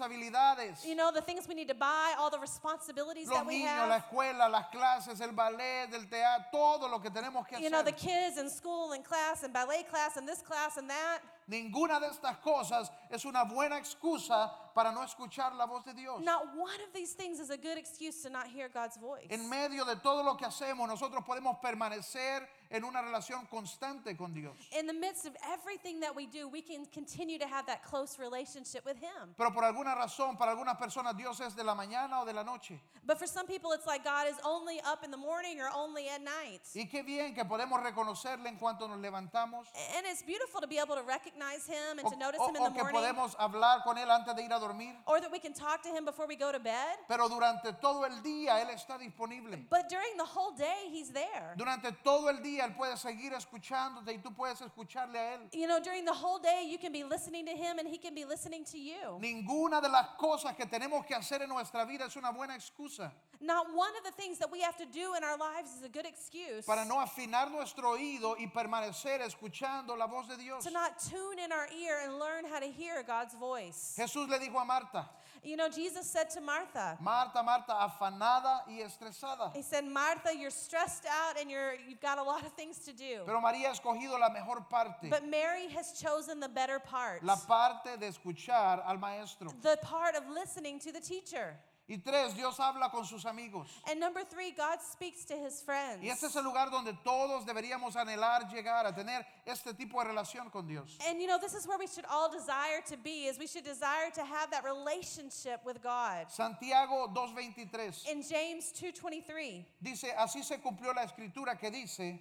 [SPEAKER 1] responsabilidades,
[SPEAKER 2] you know, the things we need to buy, all the responsibilities
[SPEAKER 1] los
[SPEAKER 2] that we
[SPEAKER 1] niños, la
[SPEAKER 2] have.
[SPEAKER 1] escuela, las clases, el ballet, el teatro, todo lo que tenemos que
[SPEAKER 2] You know, the
[SPEAKER 1] hacer.
[SPEAKER 2] kids in school and class and ballet class and this class and that.
[SPEAKER 1] Ninguna de estas cosas es una buena excusa para no escuchar la voz de Dios.
[SPEAKER 2] Not one of these things is a good excuse to not hear God's voice.
[SPEAKER 1] En medio de todo lo que hacemos, nosotros podemos permanecer en una relación constante con Dios.
[SPEAKER 2] In the midst of everything that we do, we can continue to have that close relationship with Him.
[SPEAKER 1] Pero por alguna razón, para algunas personas, Dios es de la mañana o de la noche.
[SPEAKER 2] But for some people, it's like God is only up in the morning or only at night.
[SPEAKER 1] Y qué bien que podemos reconocerle en cuanto nos levantamos.
[SPEAKER 2] And it's beautiful to be able to recognize Him and
[SPEAKER 1] O,
[SPEAKER 2] to notice
[SPEAKER 1] o-
[SPEAKER 2] Him in the
[SPEAKER 1] o que
[SPEAKER 2] morning,
[SPEAKER 1] podemos hablar con Él antes de ir a dormir.
[SPEAKER 2] or that we can talk to Him before we go to bed.
[SPEAKER 1] Pero durante todo el día Él está disponible.
[SPEAKER 2] But during the whole day, He's there.
[SPEAKER 1] Durante todo el día Él puede seguir escuchándote y tú puedes escucharle a Él.
[SPEAKER 2] You know, during the whole day, you can be listening to Him and He can be listening to you.
[SPEAKER 1] Ninguna de las cosas que tenemos que hacer en nuestra vida es una buena excusa
[SPEAKER 2] Not one of the things that we have to do in our lives is a good excuse
[SPEAKER 1] para no afinar nuestro oído y permanecer escuchando la voz de Dios.
[SPEAKER 2] to not tune in our ear and learn how to hear God's voice.
[SPEAKER 1] Jesús le dijo a Marta,
[SPEAKER 2] You know, Jesus said to Martha,
[SPEAKER 1] Marta, Marta, afanada y estresada,
[SPEAKER 2] He said, Martha, you're stressed out and you're, you've got a lot of things to do.
[SPEAKER 1] pero María ha escogido la mejor parte,
[SPEAKER 2] But Mary has chosen the better part
[SPEAKER 1] la parte de escuchar al maestro.
[SPEAKER 2] the part of listening to the teacher.
[SPEAKER 1] Y tres, Dios habla con sus amigos.
[SPEAKER 2] And number three, God speaks to his friends.
[SPEAKER 1] Y este es el lugar donde todos deberíamos anhelar llegar a tener este tipo de relación con Dios.
[SPEAKER 2] And you know, this is where we should all desire to be, is we should desire to have that relationship with God.
[SPEAKER 1] Santiago 2.23
[SPEAKER 2] In James 2:23,
[SPEAKER 1] dice, así se cumplió la escritura que dice,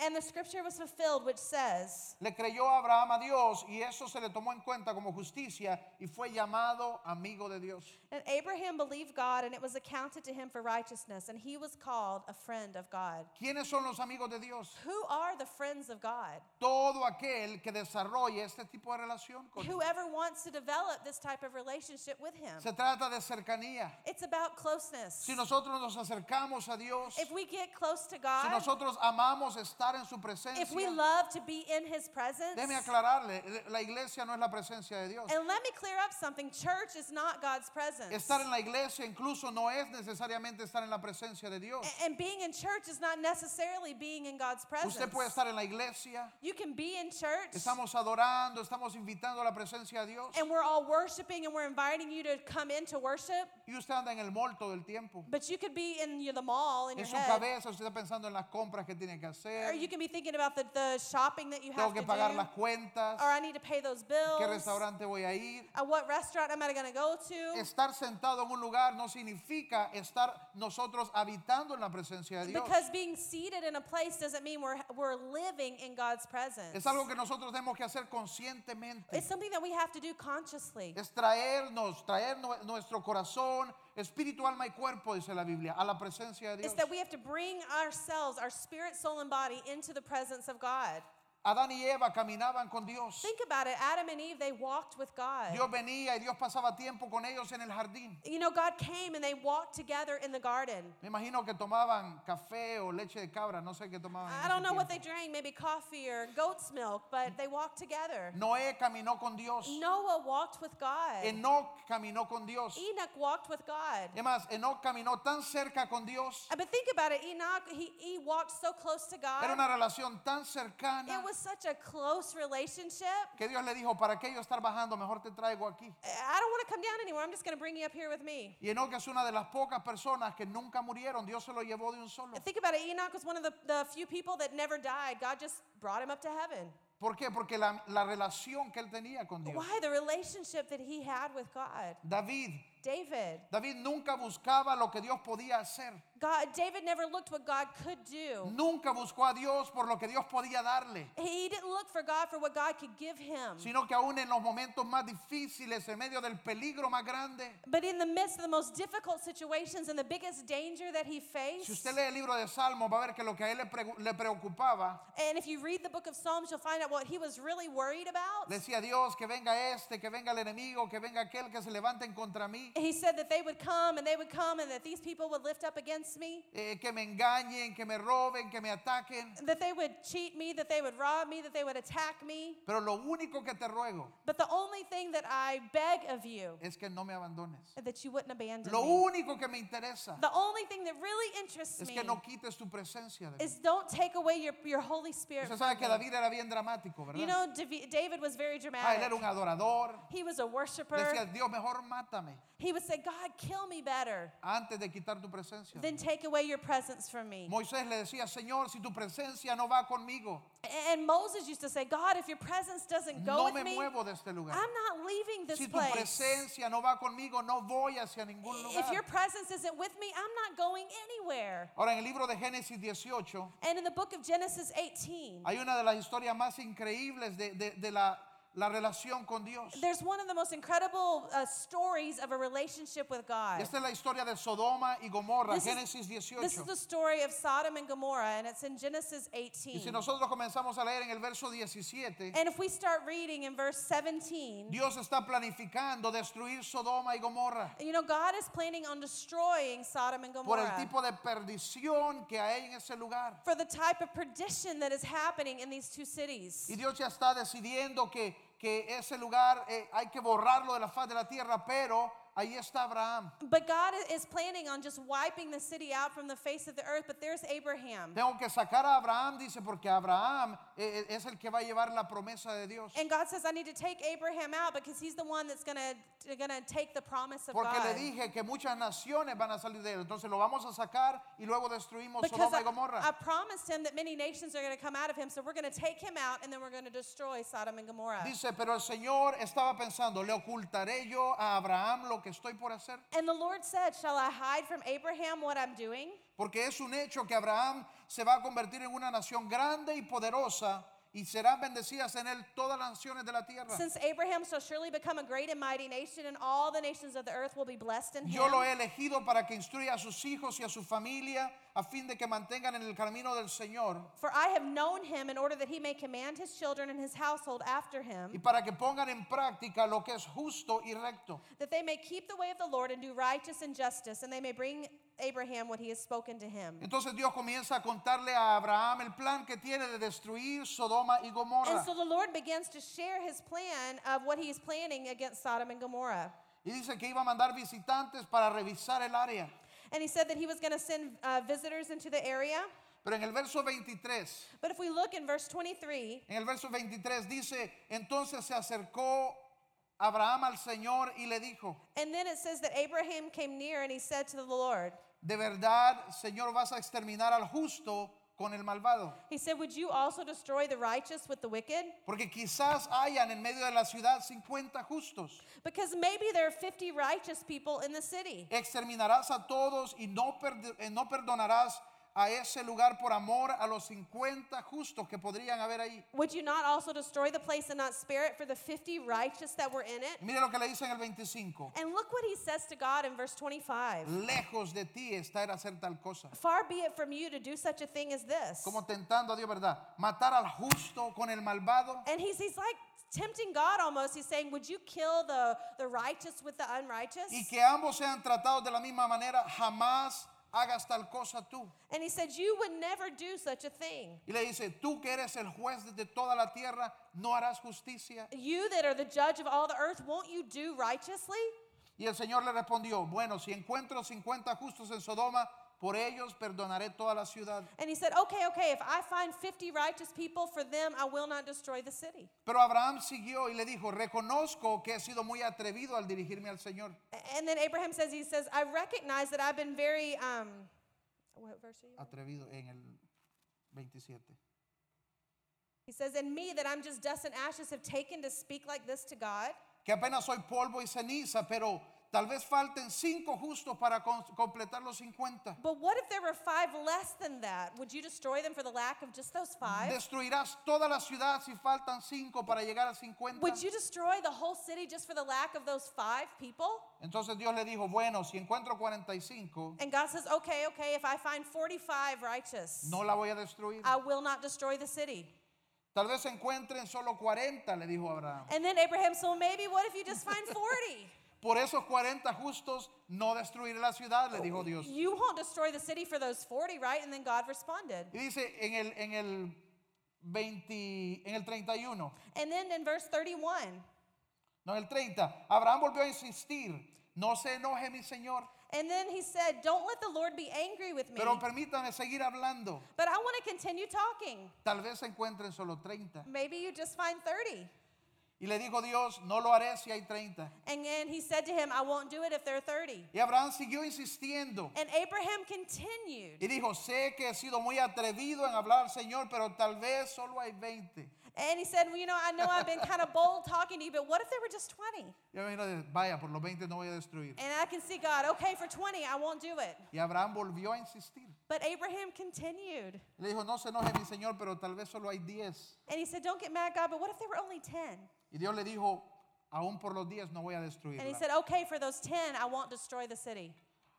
[SPEAKER 2] and the scripture was fulfilled which says,
[SPEAKER 1] le creyó Abraham a Dios y eso se le tomó en cuenta como justicia y fue llamado amigo de Dios.
[SPEAKER 2] and Abraham believed God and it was accounted to him for righteousness and he was called a friend of God.
[SPEAKER 1] ¿Quiénes son los amigos de Dios?
[SPEAKER 2] Who are the friends of God?
[SPEAKER 1] Todo aquel que desarrolle este tipo de relación con Dios.
[SPEAKER 2] Whoever wants to develop this type of relationship with him.
[SPEAKER 1] Se trata de cercanía.
[SPEAKER 2] It's about closeness.
[SPEAKER 1] Si nosotros nos acercamos a Dios,
[SPEAKER 2] If
[SPEAKER 1] si
[SPEAKER 2] we get close to God,
[SPEAKER 1] nosotros amamos estar en su presencia,
[SPEAKER 2] if we love to be in his presence,
[SPEAKER 1] Déjeme aclararle, eh, la iglesia no es la presencia de Dios.
[SPEAKER 2] and let me clear up something church is not God's presence.
[SPEAKER 1] Estar en la iglesia incluso no es necesariamente estar en la presencia de Dios.
[SPEAKER 2] A- And being in church is not necessarily being in God's presence.
[SPEAKER 1] Usted puede estar en la iglesia,
[SPEAKER 2] You can be in church
[SPEAKER 1] estamos adorando, estamos invitando a la presencia de Dios
[SPEAKER 2] and we're all worshiping and we're inviting you to come in to worship,
[SPEAKER 1] y usted anda en el mall todo el tiempo.
[SPEAKER 2] but you could be in you know, the mall
[SPEAKER 1] En
[SPEAKER 2] in your
[SPEAKER 1] su
[SPEAKER 2] head.
[SPEAKER 1] cabeza usted está pensando en las compras que tiene que
[SPEAKER 2] Or you
[SPEAKER 1] hacer,
[SPEAKER 2] can be thinking about the, the shopping that you
[SPEAKER 1] tengo
[SPEAKER 2] have
[SPEAKER 1] que
[SPEAKER 2] to
[SPEAKER 1] pagar
[SPEAKER 2] do.
[SPEAKER 1] las cuentas,
[SPEAKER 2] Or I need to pay those
[SPEAKER 1] qué
[SPEAKER 2] bills.
[SPEAKER 1] restaurante voy a ir.
[SPEAKER 2] At what restaurant am I going to go to?
[SPEAKER 1] Estar sentado en un lugar no significa estar nosotros habitando en la presencia de Dios.
[SPEAKER 2] Because being seated in a place doesn't mean we're, we're living in God's presence.
[SPEAKER 1] Es algo que nosotros tenemos que hacer conscientemente.
[SPEAKER 2] It's something that we have to do consciously.
[SPEAKER 1] es traernos, traer nue- nuestro corazón, espíritu, alma y cuerpo, dice la Biblia, a la presencia de Dios.
[SPEAKER 2] It's that we have to bring ourselves, our spirit, soul, and body into the presence of God.
[SPEAKER 1] Adán y Eva caminaban con Dios.
[SPEAKER 2] Think about it. Adam and Eve, they walked with God.
[SPEAKER 1] Dios venía y Dios pasaba tiempo con ellos en el jardín.
[SPEAKER 2] You know, God came and they walked together in the garden.
[SPEAKER 1] Me imagino que tomaban café o leche de cabra, no sé qué tomaban. en
[SPEAKER 2] I don't
[SPEAKER 1] ese
[SPEAKER 2] know what they
[SPEAKER 1] tiempo.
[SPEAKER 2] drank, maybe coffee or goat's milk, but they walked together.
[SPEAKER 1] Noé caminó con Dios.
[SPEAKER 2] Noah walked with God.
[SPEAKER 1] Enoch caminó con Dios.
[SPEAKER 2] Enoch walked with God.
[SPEAKER 1] Es más, Enoch caminó tan cerca con Dios.
[SPEAKER 2] Uh, But think about it. Enoch, he, he walked so close to
[SPEAKER 1] Era
[SPEAKER 2] God.
[SPEAKER 1] una relación tan cercana
[SPEAKER 2] It was such a close relationship.
[SPEAKER 1] que Dios le dijo, ¿para qué yo estar bajando? Mejor te traigo aquí.
[SPEAKER 2] I I don't want to come down anywhere. I'm just going to bring you up here with me.
[SPEAKER 1] Y Enoch es una de las pocas personas que nunca murieron. Dios se lo llevó de un solo.
[SPEAKER 2] And think about it. Enoch was one of the, the few people that never died. God just brought him up to heaven.
[SPEAKER 1] ¿Por qué? Porque la, la relación que él tenía con Dios.
[SPEAKER 2] Why? The relationship that he had with God.
[SPEAKER 1] David,
[SPEAKER 2] David.
[SPEAKER 1] David nunca buscaba lo que Dios podía hacer.
[SPEAKER 2] God, David never looked what God could do.
[SPEAKER 1] Nunca buscó a Dios por lo que Dios podía darle,
[SPEAKER 2] He he didn't look for God for what God could give him.
[SPEAKER 1] sino que aún en los momentos más difíciles, en medio del peligro más grande.
[SPEAKER 2] But in the midst of the most difficult situations and the biggest danger that he
[SPEAKER 1] Si
[SPEAKER 2] faced,
[SPEAKER 1] usted lee el libro de Salmos, va a ver que lo que a él le, pregu- le preocupaba,
[SPEAKER 2] and if you read the book of Psalms, you'll find out what he was really worried about.
[SPEAKER 1] le decía a Dios que venga este, que venga el enemigo, que venga aquel que se levanten contra mí,
[SPEAKER 2] He said that they would come and they would come and that these people would lift up against me,
[SPEAKER 1] eh, que me engañen, que me roben, que me ataquen.
[SPEAKER 2] that they would cheat me, that they would rob me, that they would attack me.
[SPEAKER 1] Pero lo único que te ruego
[SPEAKER 2] But the only thing that I beg of you
[SPEAKER 1] es que no me abandones.
[SPEAKER 2] is that you wouldn't abandon
[SPEAKER 1] Lo
[SPEAKER 2] me.
[SPEAKER 1] único que me interesa
[SPEAKER 2] The only thing that really interests
[SPEAKER 1] es
[SPEAKER 2] me
[SPEAKER 1] que no quites tu presencia de mí.
[SPEAKER 2] is don't take away your, your Holy Spirit.
[SPEAKER 1] Usted
[SPEAKER 2] from
[SPEAKER 1] sabe que
[SPEAKER 2] me.
[SPEAKER 1] David era bien dramático, ¿verdad?
[SPEAKER 2] you know, Davi- David was very
[SPEAKER 1] Ah, él era
[SPEAKER 2] dramatic.
[SPEAKER 1] un adorador.
[SPEAKER 2] He was a worshiper.
[SPEAKER 1] Decía, Dios, mejor mátame
[SPEAKER 2] He would say, God, kill me better
[SPEAKER 1] antes de quitar tu presencia.
[SPEAKER 2] than take away your presence from me.
[SPEAKER 1] Moisés le decía, Señor, si tu presencia no va conmigo,
[SPEAKER 2] And Moses used to say, God, if your presence doesn't go
[SPEAKER 1] no
[SPEAKER 2] with
[SPEAKER 1] me
[SPEAKER 2] me,
[SPEAKER 1] muevo de este lugar.
[SPEAKER 2] I'm not leaving this
[SPEAKER 1] Si tu
[SPEAKER 2] place.
[SPEAKER 1] presencia no va conmigo, no voy hacia ningún
[SPEAKER 2] If
[SPEAKER 1] lugar.
[SPEAKER 2] your presence isn't with me, I'm not going anywhere.
[SPEAKER 1] Ahora, en el libro de Génesis 18,
[SPEAKER 2] And in the book of Genesis 18,
[SPEAKER 1] hay una de las historias más increíbles de, de- de la, la relación con Dios.
[SPEAKER 2] there's one of the most incredible uh, stories of a relationship with God.
[SPEAKER 1] Esta es la historia de Sodoma y Gomorra,
[SPEAKER 2] This is-
[SPEAKER 1] Génesis
[SPEAKER 2] This is
[SPEAKER 1] 18.
[SPEAKER 2] the story of Sodom and Gomorrah, and it's in Genesis
[SPEAKER 1] Y si
[SPEAKER 2] 18.
[SPEAKER 1] nosotros comenzamos a leer en el verso 17,
[SPEAKER 2] And if we start reading in verse 17,
[SPEAKER 1] Dios está planificando destruir Sodoma y Gomorra
[SPEAKER 2] you know, God is planning on destroying Sodom and
[SPEAKER 1] por el
[SPEAKER 2] Gomorrah
[SPEAKER 1] tipo de perdición que hay en ese lugar.
[SPEAKER 2] for the type of perdition that is happening in these two cities.
[SPEAKER 1] Y Dios ya está decidiendo que, que ese lugar eh, hay que borrarlo de la faz de la tierra, pero ahí está Abraham.
[SPEAKER 2] But God i- is planning on just wiping the city out from the face of the earth, but there's Abraham.
[SPEAKER 1] Tengo que sacar a Abraham, dice, porque Abraham eh, eh, es el que va a llevar la promesa de Dios.
[SPEAKER 2] And God says, I need to take Abraham out because he's the one that's going to gonna take the promise of
[SPEAKER 1] Porque le
[SPEAKER 2] God.
[SPEAKER 1] dije que muchas naciones van a salir de él. Entonces lo vamos a sacar y luego destruimos
[SPEAKER 2] Because
[SPEAKER 1] Sodoma
[SPEAKER 2] I,
[SPEAKER 1] y Gomorra.
[SPEAKER 2] I promised him that many nations are going to come out of him, so we're going to take him out and then we're going to destroy Sodom and Gomorrah.
[SPEAKER 1] Dice, pero el Señor estaba pensando, ¿le ocultaré yo a Abraham lo que estoy por hacer?
[SPEAKER 2] and the Lord said, Shall I hide from Abraham what I'm doing?
[SPEAKER 1] Porque es un hecho que Abraham se va a convertir en una nación grande y poderosa y serán bendecidas en él todas las naciones de la tierra.
[SPEAKER 2] Since Abraham shall surely become a great and mighty nation, and all the nations of the earth will be blessed in
[SPEAKER 1] Yo
[SPEAKER 2] him.
[SPEAKER 1] lo he elegido para que instruya a sus hijos y a su familia a fin de que mantengan en el camino del Señor
[SPEAKER 2] For I have known him in order that he may command his children and his household after
[SPEAKER 1] y
[SPEAKER 2] him,
[SPEAKER 1] para que pongan en práctica lo que es justo y recto.
[SPEAKER 2] that they may keep the way of the Lord and do righteous and justice, and they may bring Abraham what he has spoken to him.
[SPEAKER 1] Entonces Dios comienza a contarle a Abraham el plan que tiene de destruir Sodoma y
[SPEAKER 2] And
[SPEAKER 1] Gomorra.
[SPEAKER 2] so the Lord begins to share his plan of what he is planning against Sodom and Gomorrah.
[SPEAKER 1] Y dice que iba a mandar visitantes para revisar el área.
[SPEAKER 2] And he said that he was going to send uh, visitors into the area.
[SPEAKER 1] Pero en el verso 23
[SPEAKER 2] But if we look in verse 23,
[SPEAKER 1] En el verso 23 dice, entonces se acercó Abraham al Señor y le dijo,
[SPEAKER 2] and then it says that Abraham came near and he said to the Lord,
[SPEAKER 1] de verdad, Señor, vas a exterminar al justo con el malvado.
[SPEAKER 2] He said, Would you also destroy the righteous with the wicked?
[SPEAKER 1] Porque quizás hayan en medio de la ciudad 50 justos.
[SPEAKER 2] Because maybe there are 50 righteous people in the city.
[SPEAKER 1] Exterminarás a todos y no, perd- eh, no perdonarás a ese lugar por amor a los 50 justos que podrían haber ahí.
[SPEAKER 2] Would you not also destroy the place and not spare it for the 50 righteous that were in
[SPEAKER 1] Y
[SPEAKER 2] it?
[SPEAKER 1] mire lo que le dice en el 25.
[SPEAKER 2] And look what he says to God in verse 25
[SPEAKER 1] Lejos de ti está el hacer tal cosa.
[SPEAKER 2] Far be it from you to do such a thing as this.
[SPEAKER 1] Como tentando a Dios, ¿verdad? Matar al justo con el malvado.
[SPEAKER 2] And he's, he's like tempting God almost. He's saying, Would you kill the, the righteous with the unrighteous?
[SPEAKER 1] y que ambos sean tratados de la misma manera, jamás hagas tal cosa tú.
[SPEAKER 2] And he said, You would never do such a thing.
[SPEAKER 1] Y le dice, tú que eres el juez de toda la tierra, no harás justicia.
[SPEAKER 2] You that are the judge of all the earth, won't you do righteously?
[SPEAKER 1] Y el Señor le respondió, bueno, si encuentro 50 justos en Sodoma, por ellos perdonaré toda la ciudad.
[SPEAKER 2] And he said, Okay, okay, if I find 50 righteous people for them, I will not destroy the city.
[SPEAKER 1] Pero Abraham siguió y le dijo, reconozco que he sido muy atrevido al dirigirme al Señor.
[SPEAKER 2] A- And then Abraham says, He says, I recognize that I've been very, um, what verse are you? in?
[SPEAKER 1] Atrevido en el 27.
[SPEAKER 2] He says, And me that I'm just dust and ashes have taken to speak like this to God.
[SPEAKER 1] Que apenas soy polvo y ceniza, pero tal vez falten cinco justos para con- completar los 50.
[SPEAKER 2] But what if there were five less than that? Would you destroy them for the lack of just those five?
[SPEAKER 1] Destruirás toda la ciudad si faltan cinco para llegar a 50.
[SPEAKER 2] Would you destroy the whole city just for the lack of those five people?
[SPEAKER 1] Entonces Dios le dijo, bueno, si encuentro 45,
[SPEAKER 2] And God says, okay, okay, if I find 45 righteous,
[SPEAKER 1] no la voy a destruir.
[SPEAKER 2] I will not destroy the city.
[SPEAKER 1] Tal vez se encuentren solo 40, le dijo Abraham.
[SPEAKER 2] And then Abraham said, well, maybe what if you just find 40?
[SPEAKER 1] Por esos 40 justos no destruiré la ciudad, le dijo Dios.
[SPEAKER 2] you won't destroy the city for those 40, right? And then God responded.
[SPEAKER 1] Y dice en el, en el 20, en el 31,
[SPEAKER 2] And then in verse 31,
[SPEAKER 1] no, en el 30, Abraham volvió a insistir, no se enoje mi Señor.
[SPEAKER 2] And then he said, Don't let the Lord be angry with me.
[SPEAKER 1] Pero permítame seguir hablando.
[SPEAKER 2] But I want to continue talking.
[SPEAKER 1] Tal vez se encuentren solo 30.
[SPEAKER 2] Maybe you just find 30.
[SPEAKER 1] Y le dijo Dios, no lo haré si hay 30.
[SPEAKER 2] And then he said to him, I won't do it if they're 30.
[SPEAKER 1] Y Abraham siguió insistiendo.
[SPEAKER 2] And Abraham continued.
[SPEAKER 1] Y dijo, sé que he sido muy atrevido en hablar al Señor, pero tal vez solo hay 20.
[SPEAKER 2] And he said, Well, you know, I know I've been kind of bold talking to you, but what if there were just 20?
[SPEAKER 1] Yo me imagino, vaya, por los 20 no voy a destruir.
[SPEAKER 2] And I can see God, okay, for 20, I won't do it.
[SPEAKER 1] Y Abraham volvió a insistir.
[SPEAKER 2] But Abraham continued.
[SPEAKER 1] Le dijo, no se enoje mi Señor, pero tal vez solo hay 10.
[SPEAKER 2] And he said, Don't get mad, God, but what if there were only 10?
[SPEAKER 1] Y Dios le dijo, aún por los 10 no voy a destruir.
[SPEAKER 2] And he said, Okay, for those 10, I won't destroy the city.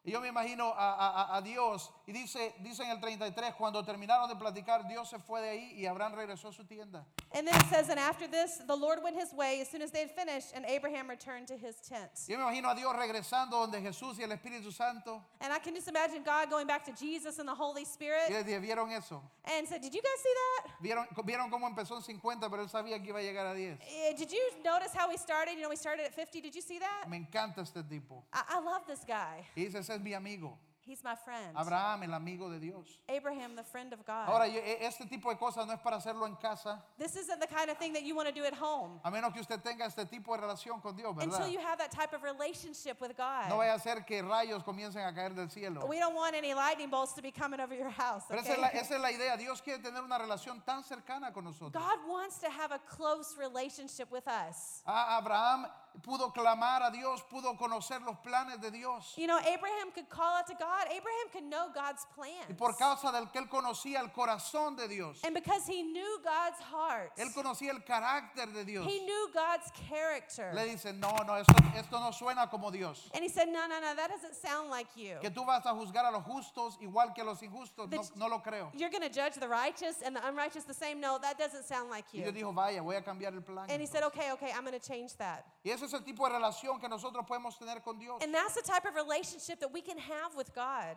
[SPEAKER 1] Y yo me imagino a, a- a- a Dios. Y dice, dice en el 33, cuando terminaron de platicar, Dios se fue de ahí y Abraham regresó a su tienda.
[SPEAKER 2] And then it says, And after this, the Lord went his way as soon as they had finished, and Abraham returned to his tent.
[SPEAKER 1] Yo me imagino a Dios regresando donde Jesús y el Espíritu Santo.
[SPEAKER 2] And I can just imagine God going back to Jesus and the Holy
[SPEAKER 1] Y
[SPEAKER 2] Spirit
[SPEAKER 1] les dije, ¿vieron eso?
[SPEAKER 2] and said, Did you guys see that?
[SPEAKER 1] ¿Vieron, vieron cómo empezó en 50, pero él sabía que iba a llegar a 10?
[SPEAKER 2] Eh, Did you notice how we started? You know, we started at 50. Did you see that?
[SPEAKER 1] Me encanta este tipo.
[SPEAKER 2] I, I love this guy.
[SPEAKER 1] Y dice, ese es mi amigo.
[SPEAKER 2] He's my friend.
[SPEAKER 1] Abraham, el amigo de Dios.
[SPEAKER 2] Abraham, the friend of God.
[SPEAKER 1] Ahora, yo- e- este tipo de cosas no es para hacerlo en casa,
[SPEAKER 2] This isn't the kind of thing that you want to do at home
[SPEAKER 1] a menos que usted tenga este tipo de relación con Dios, ¿verdad?
[SPEAKER 2] until you have that type of relationship with God.
[SPEAKER 1] No vaya a ser que rayos comiencen a caer del cielo.
[SPEAKER 2] we don't want any lightning bolts to be coming over your house.
[SPEAKER 1] Pero esa
[SPEAKER 2] okay?
[SPEAKER 1] es, la, esa es la idea. Dios quiere tener una relación tan cercana con nosotros.
[SPEAKER 2] God wants to have a close relationship with us.
[SPEAKER 1] A- Ah, Abraham pudo clamar a Dios, pudo conocer los planes de Dios.
[SPEAKER 2] You know, Abraham could call out to God. Abraham could know God's
[SPEAKER 1] Y
[SPEAKER 2] plans.
[SPEAKER 1] por causa del que él conocía el corazón de Dios,
[SPEAKER 2] and because he knew God's heart,
[SPEAKER 1] él conocía el carácter de Dios.
[SPEAKER 2] he knew God's character.
[SPEAKER 1] Le dice, no, no, esto, esto no suena como Dios.
[SPEAKER 2] and he said, No, no, no, that doesn't sound like you.
[SPEAKER 1] Que tú vas a juzgar a los justos igual que a los injustos, no,
[SPEAKER 2] That-
[SPEAKER 1] no lo creo.
[SPEAKER 2] You're going to judge the righteous and the unrighteous the same? No, that doesn't sound like
[SPEAKER 1] Y
[SPEAKER 2] you.
[SPEAKER 1] Dios dijo, vaya, voy a cambiar el plan.
[SPEAKER 2] And he said,
[SPEAKER 1] entonces".
[SPEAKER 2] okay, okay, I'm going to change that.
[SPEAKER 1] Y ese es el tipo de relación que nosotros podemos tener con Dios.
[SPEAKER 2] And that's the type of relationship that we can have with God.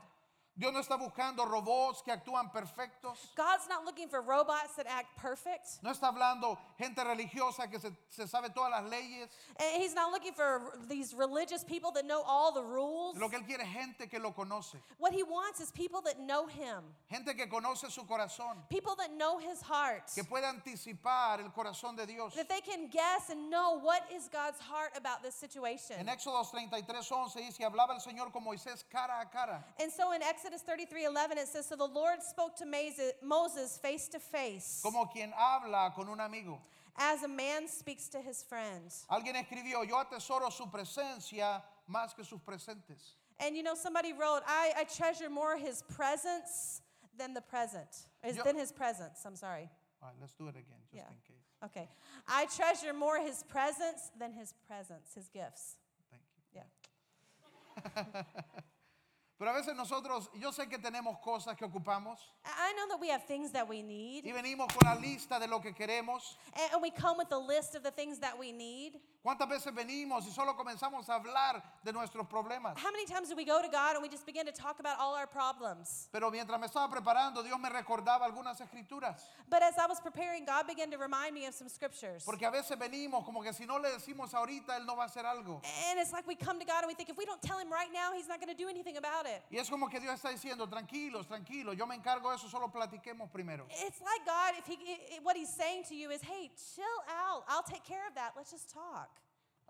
[SPEAKER 1] Dios no está buscando robots que actúan perfectos.
[SPEAKER 2] God's not looking for robots that act perfect.
[SPEAKER 1] No está hablando gente religiosa que se, se sabe todas las leyes.
[SPEAKER 2] And he's not looking for r- these religious people that know all the rules.
[SPEAKER 1] Lo que Él quiere es gente que lo conoce.
[SPEAKER 2] What he wants is people that know him,
[SPEAKER 1] Gente que conoce su corazón.
[SPEAKER 2] people that know his heart,
[SPEAKER 1] Que puede anticipar el corazón de Dios.
[SPEAKER 2] that they can guess and know what is God's heart about this situation.
[SPEAKER 1] En Éxodo 33, 11 dice, hablaba el Señor con Moisés cara a cara.
[SPEAKER 2] And so in Exodus 33 11, it says, So the Lord spoke to Maze- Moses face to face,
[SPEAKER 1] Como quien habla con un amigo.
[SPEAKER 2] as a man speaks to his friend.
[SPEAKER 1] Alguien escribió, yo atesoro su presencia más que sus presentes.
[SPEAKER 2] And you know, somebody wrote, I, I treasure more his presence than the present, is
[SPEAKER 1] Yo-
[SPEAKER 2] than his presence. I'm sorry.
[SPEAKER 1] All right, let's do it again, just
[SPEAKER 2] Yeah.
[SPEAKER 1] in case.
[SPEAKER 2] Okay. I treasure more his presence than his presence, his gifts.
[SPEAKER 1] Thank you.
[SPEAKER 2] Yeah.
[SPEAKER 1] Pero a veces nosotros, yo sé que tenemos cosas que ocupamos
[SPEAKER 2] I I know that we have things that we need,
[SPEAKER 1] y venimos con la lista de lo que queremos.
[SPEAKER 2] and, and we come with a list of the things that we need.
[SPEAKER 1] ¿Cuántas veces venimos y solo comenzamos a hablar de nuestros problemas?
[SPEAKER 2] How many times do we go to God and we just begin to talk about all our problems?
[SPEAKER 1] Pero mientras me estaba preparando, Dios me recordaba algunas escrituras.
[SPEAKER 2] But as I was preparing, God began to remind me of some scriptures.
[SPEAKER 1] Porque a veces venimos como que si no le decimos ahorita, Él no va a hacer algo.
[SPEAKER 2] And it's like we come to God and we think, if we don't tell him right now, he's not going to do anything about it.
[SPEAKER 1] Y es como que Dios está diciendo, tranquilos, tranquilos, yo me encargo de eso, solo platiquemos primero.
[SPEAKER 2] It's like God, if he, i- i- what he's saying to you is, hey, chill out. I'll take care of that. Let's just talk.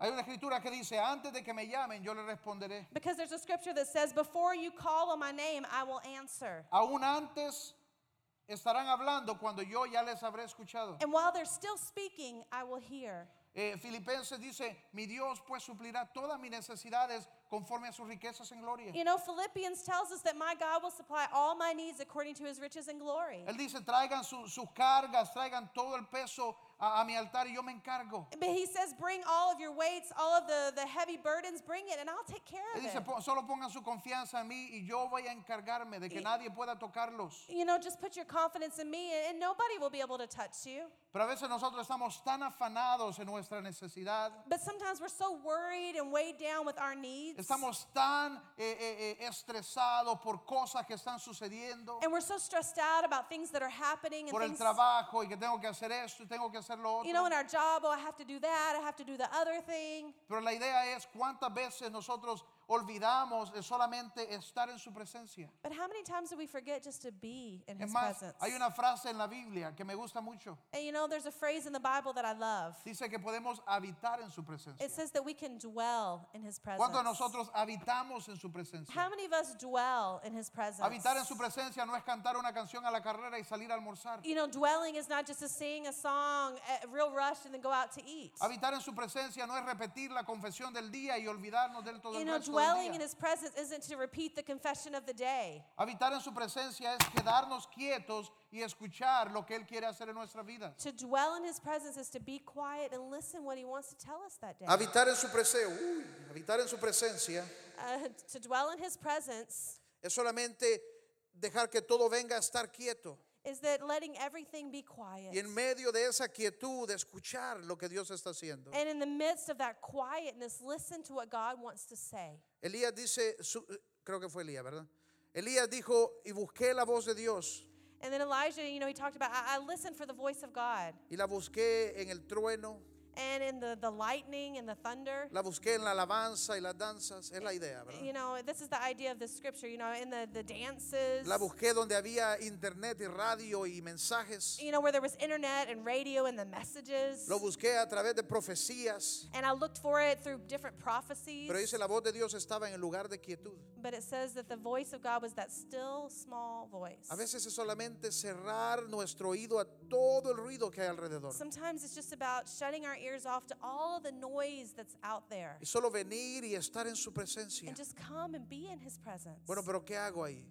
[SPEAKER 1] Hay una escritura que dice, antes de que me llamen, yo le responderé.
[SPEAKER 2] Because there's a scripture that says, before you call on my name, I will answer.
[SPEAKER 1] Aún antes estarán hablando cuando yo ya les habré escuchado.
[SPEAKER 2] And while they're still speaking, I will hear.
[SPEAKER 1] Eh, Filipenses dice, mi Dios pues suplirá todas mis necesidades conforme a sus riquezas en gloria.
[SPEAKER 2] You know, Philippians tells us that my God will supply all my needs according to his riches and glory.
[SPEAKER 1] Él dice, traigan su- sus cargas, traigan todo el peso a, a mi altar y yo me encargo.
[SPEAKER 2] But he says, bring all of your weights, all of the, the heavy burdens, bring it, and I'll take care
[SPEAKER 1] Él
[SPEAKER 2] of
[SPEAKER 1] dice,
[SPEAKER 2] it.
[SPEAKER 1] "Po- solo pongan su confianza en mí y yo voy a encargarme de que
[SPEAKER 2] Y-
[SPEAKER 1] nadie pueda tocarlos.
[SPEAKER 2] You know, just put your confidence in me, and- and nobody will be able to touch you.
[SPEAKER 1] Pero a veces nosotros estamos tan afanados en nuestra necesidad,
[SPEAKER 2] But sometimes we're so worried and weighed down with our needs.
[SPEAKER 1] estamos tan eh, eh, eh, estresados por cosas que están sucediendo,
[SPEAKER 2] And we're so stressed out about things that are happening and
[SPEAKER 1] por el
[SPEAKER 2] things,
[SPEAKER 1] trabajo y que tengo que hacer esto y tengo que hacer lo otro.
[SPEAKER 2] you know, in our job, oh, I have to do that, I have to do the other thing.
[SPEAKER 1] Pero la idea es cuántas veces nosotros olvidamos de solamente estar en su presencia.
[SPEAKER 2] But how many times do we forget just to be in
[SPEAKER 1] Es
[SPEAKER 2] His
[SPEAKER 1] más,
[SPEAKER 2] presence?
[SPEAKER 1] hay una frase en la Biblia que me gusta mucho.
[SPEAKER 2] And you know, there's a phrase in the Bible that I love.
[SPEAKER 1] Dice que podemos habitar en su presencia.
[SPEAKER 2] It says that we can dwell in His presence.
[SPEAKER 1] Cuando nosotros habitamos en su
[SPEAKER 2] How
[SPEAKER 1] presencia.
[SPEAKER 2] many of us dwell in His presence?
[SPEAKER 1] Habitar en su presencia no es cantar una canción a la carrera y salir a almorzar.
[SPEAKER 2] You know, dwelling is not just to sing a song, uh, real rush, and then go out to eat.
[SPEAKER 1] Habitar en su presencia no es repetir la confesión del día y olvidarnos de él todo
[SPEAKER 2] You
[SPEAKER 1] el
[SPEAKER 2] know,
[SPEAKER 1] resto del
[SPEAKER 2] dwelling
[SPEAKER 1] día.
[SPEAKER 2] in His presence isn't to repeat the confession of the day.
[SPEAKER 1] Habitar en su presencia es quedarnos quietos y escuchar lo que él quiere hacer en nuestra vida.
[SPEAKER 2] To dwell in His presence is to be quiet and listen what He wants to tell us that day.
[SPEAKER 1] Habitar en su presencia, habitar en su presencia
[SPEAKER 2] Uh, to dwell in His presence
[SPEAKER 1] es solamente dejar que todo venga a estar quieto
[SPEAKER 2] is that letting everything be quiet.
[SPEAKER 1] y en medio de esa quietud escuchar lo que Dios está haciendo.
[SPEAKER 2] And in the midst of that quietness, listen to what God wants to say.
[SPEAKER 1] Elías dice, su- creo que fue Elías, ¿verdad? Elías dijo, y busqué la voz de Dios
[SPEAKER 2] And then Elijah, you know, he talked about, I, I listened for the voice of God.
[SPEAKER 1] y la busqué en el trueno,
[SPEAKER 2] And in the, the lightning and the thunder,
[SPEAKER 1] la busqué en la alabanza y las danzas, es la idea, ¿verdad?
[SPEAKER 2] you know, this is the idea of the scripture, you know, in the, the dances,
[SPEAKER 1] La busqué donde había internet y radio y mensajes.
[SPEAKER 2] you know, where there was internet and radio and the messages.
[SPEAKER 1] Lo busqué a través de profecías.
[SPEAKER 2] And I looked for it through different prophecies.
[SPEAKER 1] Pero dice, la voz de Dios estaba en el lugar de quietud.
[SPEAKER 2] But it says that the voice of God was that still small voice.
[SPEAKER 1] A veces es solamente cerrar nuestro oído a todo el ruido que hay alrededor.
[SPEAKER 2] Sometimes it's just about shutting our ears off to all the noise that's out there
[SPEAKER 1] Y solo venir y estar en su presencia.
[SPEAKER 2] and just come and be in His presence.
[SPEAKER 1] Bueno, pero ¿qué hago ahí?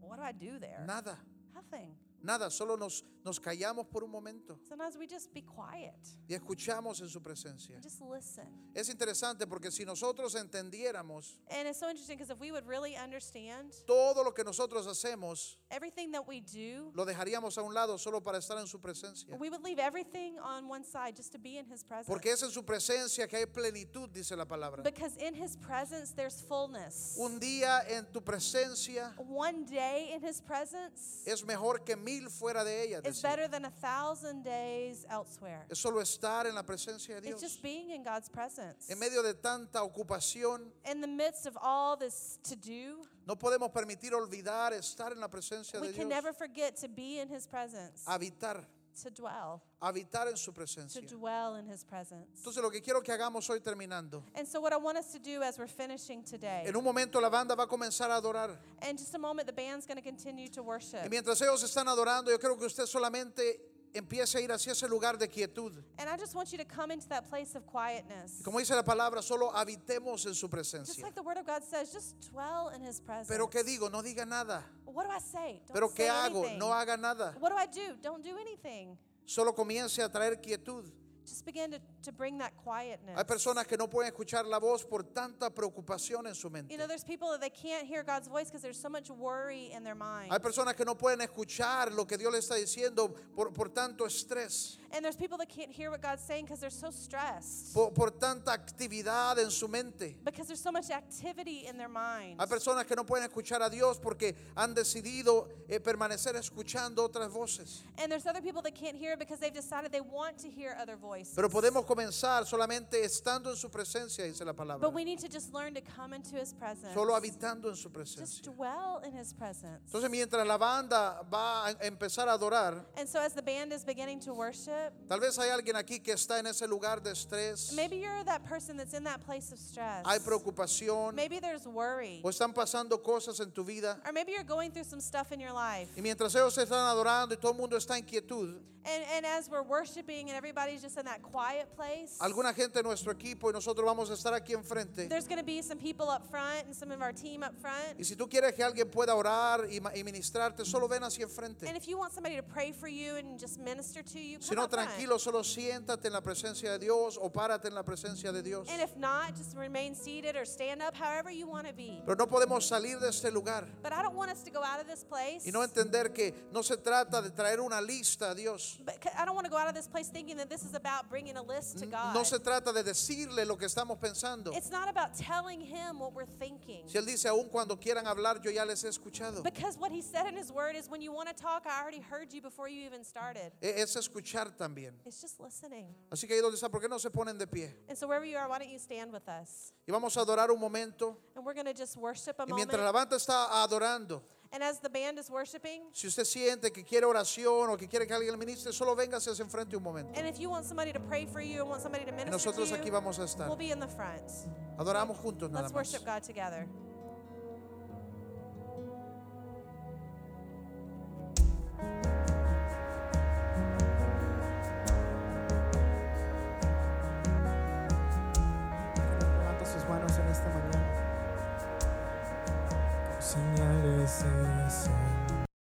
[SPEAKER 2] what do I do there?
[SPEAKER 1] Nada,
[SPEAKER 2] Nothing.
[SPEAKER 1] nada. Solo nos, nos callamos por un momento
[SPEAKER 2] Sometimes we just be quiet
[SPEAKER 1] y escuchamos en su presencia.
[SPEAKER 2] and just listen.
[SPEAKER 1] Es interesante porque si nosotros entendiéramos
[SPEAKER 2] And it's so interesting because if we would really understand
[SPEAKER 1] todo lo que nosotros hacemos,
[SPEAKER 2] everything that we do,
[SPEAKER 1] lo dejaríamos a un lado solo para estar en su presencia.
[SPEAKER 2] we would leave everything on one side just to be in His presence.
[SPEAKER 1] Porque es en su presencia que hay plenitud, dice la palabra.
[SPEAKER 2] because in His presence, there's fullness.
[SPEAKER 1] Un día en tu presencia
[SPEAKER 2] One day in His presence
[SPEAKER 1] es mejor que mil fuera de ella.
[SPEAKER 2] is
[SPEAKER 1] decía.
[SPEAKER 2] better than a thousand days elsewhere.
[SPEAKER 1] Es solo estar en la presencia de Dios.
[SPEAKER 2] It's just being in God's presence.
[SPEAKER 1] En medio de tanta ocupación,
[SPEAKER 2] In the midst of all this to do,
[SPEAKER 1] no podemos permitir olvidar estar en la presencia
[SPEAKER 2] we
[SPEAKER 1] de Dios. Ah.
[SPEAKER 2] can never forget to be in His presence,
[SPEAKER 1] Habitar,
[SPEAKER 2] to dwell,
[SPEAKER 1] habitar en su
[SPEAKER 2] to
[SPEAKER 1] presencia.
[SPEAKER 2] dwell in His presence.
[SPEAKER 1] Entonces lo que quiero que hagamos hoy terminando.
[SPEAKER 2] And so, what I want us to do as we're finishing today,
[SPEAKER 1] En un momento la banda va a comenzar a adorar.
[SPEAKER 2] in just a moment, the band's going to continue to
[SPEAKER 1] Y
[SPEAKER 2] worship.
[SPEAKER 1] mientras ellos están adorando, yo creo que usted solamente empiece a ir hacia ese lugar de quietud.
[SPEAKER 2] And I just want you to come into that place of quietness.
[SPEAKER 1] Como dice la palabra, solo habitemos en su
[SPEAKER 2] Just
[SPEAKER 1] presencia.
[SPEAKER 2] like the Word of God says, just dwell in His presence.
[SPEAKER 1] Pero qué digo, no diga nada.
[SPEAKER 2] what do I say? Don't
[SPEAKER 1] Pero
[SPEAKER 2] say
[SPEAKER 1] qué hago,
[SPEAKER 2] anything.
[SPEAKER 1] no haga nada.
[SPEAKER 2] What do I do? Don't do anything.
[SPEAKER 1] Solo comience a traer quietud.
[SPEAKER 2] Just begin to, to bring that quietness.
[SPEAKER 1] Hay personas que no pueden escuchar la voz por tanta preocupación en su
[SPEAKER 2] You
[SPEAKER 1] mente.
[SPEAKER 2] know, there's people that they can't hear God's voice because there's so much worry in their mind.
[SPEAKER 1] Hay personas que no pueden escuchar lo que Dios le está diciendo por, por tanto estrés,
[SPEAKER 2] And there's people that can't hear what God's saying because they're so stressed.
[SPEAKER 1] por, por tanta actividad en su mente.
[SPEAKER 2] Because there's so much activity in their mind.
[SPEAKER 1] Hay personas que no pueden escuchar a Dios porque han decidido eh, permanecer escuchando otras voces.
[SPEAKER 2] And there's other people that can't hear it because they've decided they want to hear other voices.
[SPEAKER 1] Pero podemos comenzar solamente estando en su presencia, dice la palabra.
[SPEAKER 2] But we need to just learn to come into his presence.
[SPEAKER 1] Solo habitando en su
[SPEAKER 2] Just
[SPEAKER 1] presencia.
[SPEAKER 2] dwell in his presence.
[SPEAKER 1] Entonces mientras la banda va a empezar a adorar,
[SPEAKER 2] And so as the band is beginning to worship,
[SPEAKER 1] Tal vez hay alguien aquí que está en ese lugar de estrés,
[SPEAKER 2] maybe you're that person that's in that place of stress.
[SPEAKER 1] hay preocupación
[SPEAKER 2] Maybe there's worry.
[SPEAKER 1] o están pasando cosas en tu vida.
[SPEAKER 2] Or maybe you're going through some stuff in your life.
[SPEAKER 1] Y mientras ellos están adorando y todo el mundo está en quietud,
[SPEAKER 2] And, and as we're worshiping and everybody's just in that quiet place,
[SPEAKER 1] alguna gente de nuestro equipo y nosotros vamos a estar aquí enfrente.
[SPEAKER 2] there's going to be some people up front and some of our team up front.
[SPEAKER 1] Y si tú quieres que alguien pueda orar y, ma- y ministrarte, solo ven hacia
[SPEAKER 2] And
[SPEAKER 1] enfrente.
[SPEAKER 2] if you want somebody to pray for you and just minister to you,
[SPEAKER 1] Si
[SPEAKER 2] come
[SPEAKER 1] no,
[SPEAKER 2] up front.
[SPEAKER 1] tranquilo, solo siéntate en la presencia de Dios o párate en la presencia de Dios.
[SPEAKER 2] And if not, just remain seated or stand up, however you want to be.
[SPEAKER 1] Pero no podemos salir de este lugar
[SPEAKER 2] But I don't want us to go out of this place.
[SPEAKER 1] y no entender que no se trata de traer una lista a Dios.
[SPEAKER 2] but c- I don't want to go out of this place thinking that this is about about bringing a list to God.
[SPEAKER 1] No se trata de decirle lo que estamos pensando.
[SPEAKER 2] It's not about telling him what we're thinking.
[SPEAKER 1] Si él dice, aún cuando quieran hablar, yo ya les he escuchado.
[SPEAKER 2] Because what he said in his word is when you want to talk, I already heard you before you even started.
[SPEAKER 1] E- Es escuchar también.
[SPEAKER 2] It's just listening.
[SPEAKER 1] Así que ahí donde está, ¿por qué no se ponen de pie?
[SPEAKER 2] And so wherever you are, why don't you stand with us?
[SPEAKER 1] Y vamos a adorar un momento.
[SPEAKER 2] And we're going to just worship a
[SPEAKER 1] Y mientras la
[SPEAKER 2] moment.
[SPEAKER 1] banda está adorando,
[SPEAKER 2] And as the band is worshiping,
[SPEAKER 1] si usted siente que quiere oración o que quiere que alguien le ministre, solo venga hacia enfrente un momento.
[SPEAKER 2] and if you want somebody to pray for you and want somebody to
[SPEAKER 1] Y
[SPEAKER 2] minister
[SPEAKER 1] nosotros
[SPEAKER 2] to you,
[SPEAKER 1] aquí vamos a
[SPEAKER 2] we'll
[SPEAKER 1] estar.
[SPEAKER 2] be in the front.
[SPEAKER 1] Adoramos juntos nada
[SPEAKER 2] Let's
[SPEAKER 1] más.
[SPEAKER 2] worship God together.
[SPEAKER 3] Levanta sus manos en esta mañana. Señales en